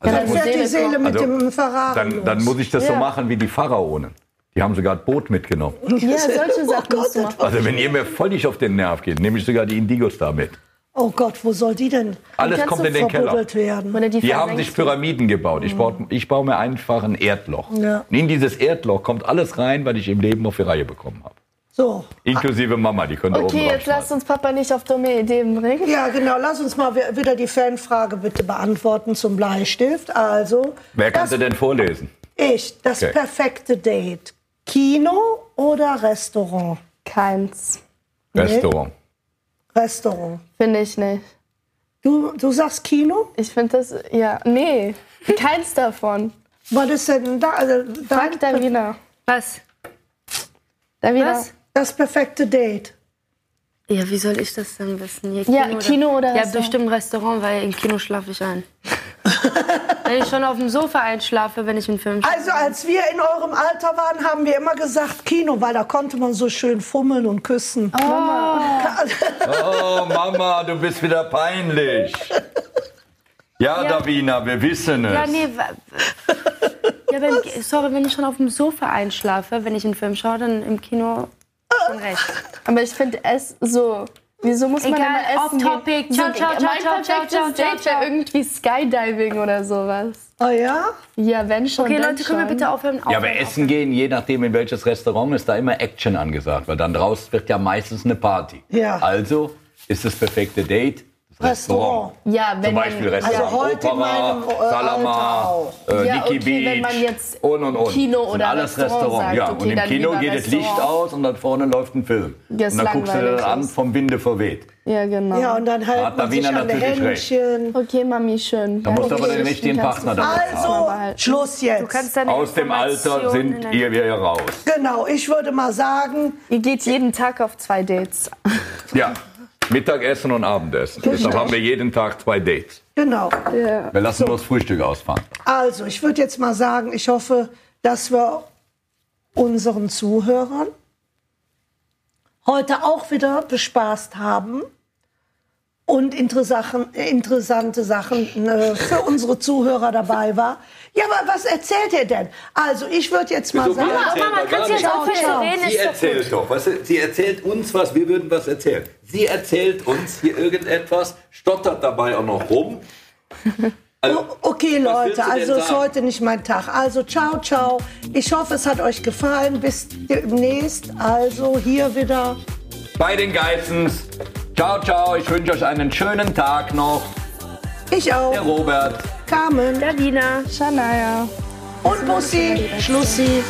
Speaker 1: Also,
Speaker 6: dann
Speaker 1: muss-
Speaker 2: Fährt die
Speaker 6: Seele
Speaker 2: Seele mit
Speaker 1: Also,
Speaker 2: dem Ferrari.
Speaker 1: dann,
Speaker 2: los.
Speaker 1: dann muss ich das so
Speaker 6: Ja.
Speaker 1: machen wie die Pharaonen. Die haben sogar ein Boot mitgenommen.
Speaker 6: Ja, solche Sachen musst du machen.
Speaker 1: Also wenn ihr mir völlig auf den Nerv geht, nehme ich sogar die Indigos da mit.
Speaker 2: oh Gott, wo soll die denn
Speaker 1: Alles
Speaker 6: kannst
Speaker 1: kommt
Speaker 6: du
Speaker 1: in den Keller.
Speaker 2: verbuddelt werden?
Speaker 6: Oder die
Speaker 1: Die haben
Speaker 6: versenkst
Speaker 1: sich Pyramiden gebaut. Ich, baue, ich baue mir einfach ein Erdloch.
Speaker 2: Ja.
Speaker 1: Und in dieses Erdloch kommt alles rein, was ich im Leben auf die Reihe bekommen habe.
Speaker 2: So.
Speaker 1: Inklusive Mama, die könnte oben
Speaker 6: Okay,
Speaker 1: drauf
Speaker 6: jetzt lass uns Papa nicht auf dumme Ideen bringen.
Speaker 2: Ja, genau. Lass uns mal wi- wieder die Fanfrage bitte beantworten zum Bleistift. Also,
Speaker 1: Wer
Speaker 2: das,
Speaker 1: kannte denn vorlesen?
Speaker 2: ich, das
Speaker 1: Okay.
Speaker 2: perfekte Date. Kino oder Restaurant?
Speaker 6: Keins.
Speaker 1: Restaurant.
Speaker 2: Restaurant.
Speaker 6: Finde ich nicht.
Speaker 2: Du, du sagst Kino?
Speaker 6: Ich finde das, ja, nee, keins davon.
Speaker 2: Was ist denn da? Also,
Speaker 6: Frag
Speaker 2: dein-
Speaker 6: Davina.
Speaker 3: Was?
Speaker 6: Davina.
Speaker 3: Was?
Speaker 2: das perfekte Date.
Speaker 3: Ja, wie soll ich das denn wissen? Hier,
Speaker 6: Ja, Kino oder
Speaker 3: Ja,
Speaker 6: Restaurant?
Speaker 3: bestimmt Restaurant, weil im Kino schlafe ich ein. wenn ich schon auf dem Sofa einschlafe, wenn ich einen Film schaue.
Speaker 2: Also als wir in eurem Alter waren, haben wir immer gesagt Kino, weil da konnte man so schön fummeln und küssen.
Speaker 1: Oh, Mama, du bist wieder peinlich. Ja, Davina, wir wissen es.
Speaker 3: Ja, nee, wa- ja, wenn, sorry, wenn ich schon auf dem Sofa einschlafe, wenn ich einen Film schaue, dann im Kino schon recht.
Speaker 6: Aber ich finde es so. Wieso muss man
Speaker 3: Egal,
Speaker 6: immer essen?
Speaker 3: off topic.
Speaker 6: gehen?
Speaker 3: Ciao, ciao, ciao,
Speaker 6: mein
Speaker 3: ciao, ciao,
Speaker 6: perfektes
Speaker 3: ciao, ciao,
Speaker 6: Date
Speaker 3: ciao.
Speaker 6: wäre irgendwie Skydiving oder sowas.
Speaker 2: Oh ja?
Speaker 6: Ja, wenn schon.
Speaker 3: Okay,
Speaker 6: dann
Speaker 3: Leute, können wir
Speaker 6: schon.
Speaker 3: bitte aufhören?
Speaker 1: Ja, aber
Speaker 3: aufhören,
Speaker 1: essen gehen, je nachdem in welches Restaurant, ist da immer Action angesagt, weil dann draus wird ja meistens eine Party.
Speaker 2: Ja.
Speaker 1: Also ist das perfekte Date das Restaurant.
Speaker 2: Restaurant.
Speaker 6: Ja, wenn
Speaker 1: Zum Beispiel
Speaker 6: man,
Speaker 1: Restaurant
Speaker 2: Also heute in
Speaker 1: Opera,
Speaker 2: meinem, äh, Alter
Speaker 1: Salama,
Speaker 2: auch.
Speaker 1: äh,
Speaker 6: Ja,
Speaker 1: Niki
Speaker 6: okay,
Speaker 1: Beach
Speaker 6: wenn man jetzt
Speaker 1: und und und.
Speaker 6: Kino
Speaker 1: Sind
Speaker 6: oder
Speaker 1: alles
Speaker 6: Restaurant sagt,
Speaker 1: ja.
Speaker 6: okay,
Speaker 1: und im
Speaker 6: dann
Speaker 1: Kino
Speaker 6: lieber
Speaker 1: geht das Licht
Speaker 6: Restaurant.
Speaker 1: aus und dann vorne läuft ein Film.
Speaker 6: Das
Speaker 1: und dann guckst du dir das
Speaker 6: langweilig
Speaker 1: an,
Speaker 6: ist.
Speaker 1: vom Winde verweht.
Speaker 6: Ja, genau.
Speaker 2: Ja, und dann
Speaker 1: Hat
Speaker 2: hält man sich
Speaker 1: Davina
Speaker 2: an die
Speaker 1: natürlich recht.
Speaker 2: Händchen.
Speaker 6: okay, Mami, schön.
Speaker 1: Da musst du aber
Speaker 6: okay,
Speaker 1: den
Speaker 6: ich
Speaker 1: richtigen
Speaker 6: kannst
Speaker 1: Partner
Speaker 6: du-
Speaker 1: dafür
Speaker 2: Also,
Speaker 6: Aber-
Speaker 2: Schluss jetzt.
Speaker 3: Du kannst deine
Speaker 1: Aus dem Alter
Speaker 3: Informationen
Speaker 1: sind
Speaker 3: in
Speaker 1: ihr wir raus.
Speaker 2: genau, ich würde mal sagen,
Speaker 6: Ihr geht jeden Tag auf zwei Dates.
Speaker 1: Ja, Mittagessen und Abendessen. Deshalb haben wir jeden Tag zwei Dates.
Speaker 2: genau.
Speaker 1: Wir lassen bloß Frühstück ausfahren.
Speaker 2: Also, ich würde jetzt mal sagen, ich hoffe, dass wir unseren Zuhörern heute auch wieder bespaßt haben und interessachen- interessante Sachen äh, für unsere Zuhörer dabei war. Ja, aber was erzählt ihr denn? Also, ich würde jetzt mal
Speaker 1: Wieso wir
Speaker 2: sagen,
Speaker 1: erzählen?
Speaker 3: Mama,
Speaker 1: Selber
Speaker 3: kannst
Speaker 1: gar
Speaker 3: du jetzt
Speaker 1: nicht.
Speaker 3: aufhören
Speaker 2: Ciao,
Speaker 3: zu
Speaker 2: ciao.
Speaker 3: reden?
Speaker 1: Sie
Speaker 3: Ist doch gut.
Speaker 1: erzählt doch. Was, sie erzählt uns was, wir würden was erzählen. Sie erzählt uns hier irgendetwas, stottert dabei auch noch rum. Also,
Speaker 2: O- Okay,
Speaker 1: was willst
Speaker 2: Leute,
Speaker 1: du denn
Speaker 2: also ist
Speaker 1: sagen?
Speaker 2: heute nicht mein Tag. Also, ciao, ciao. Ich hoffe, es hat euch gefallen. Bis demnächst. Also, hier wieder.
Speaker 1: Bei den Geissens. Ciao, ciao. Ich wünsche euch einen schönen Tag noch.
Speaker 2: Ich
Speaker 1: Der
Speaker 2: auch.
Speaker 1: Robert.
Speaker 2: Carmen
Speaker 3: Davina.
Speaker 6: Shania.
Speaker 2: und Bussi. Schlussi.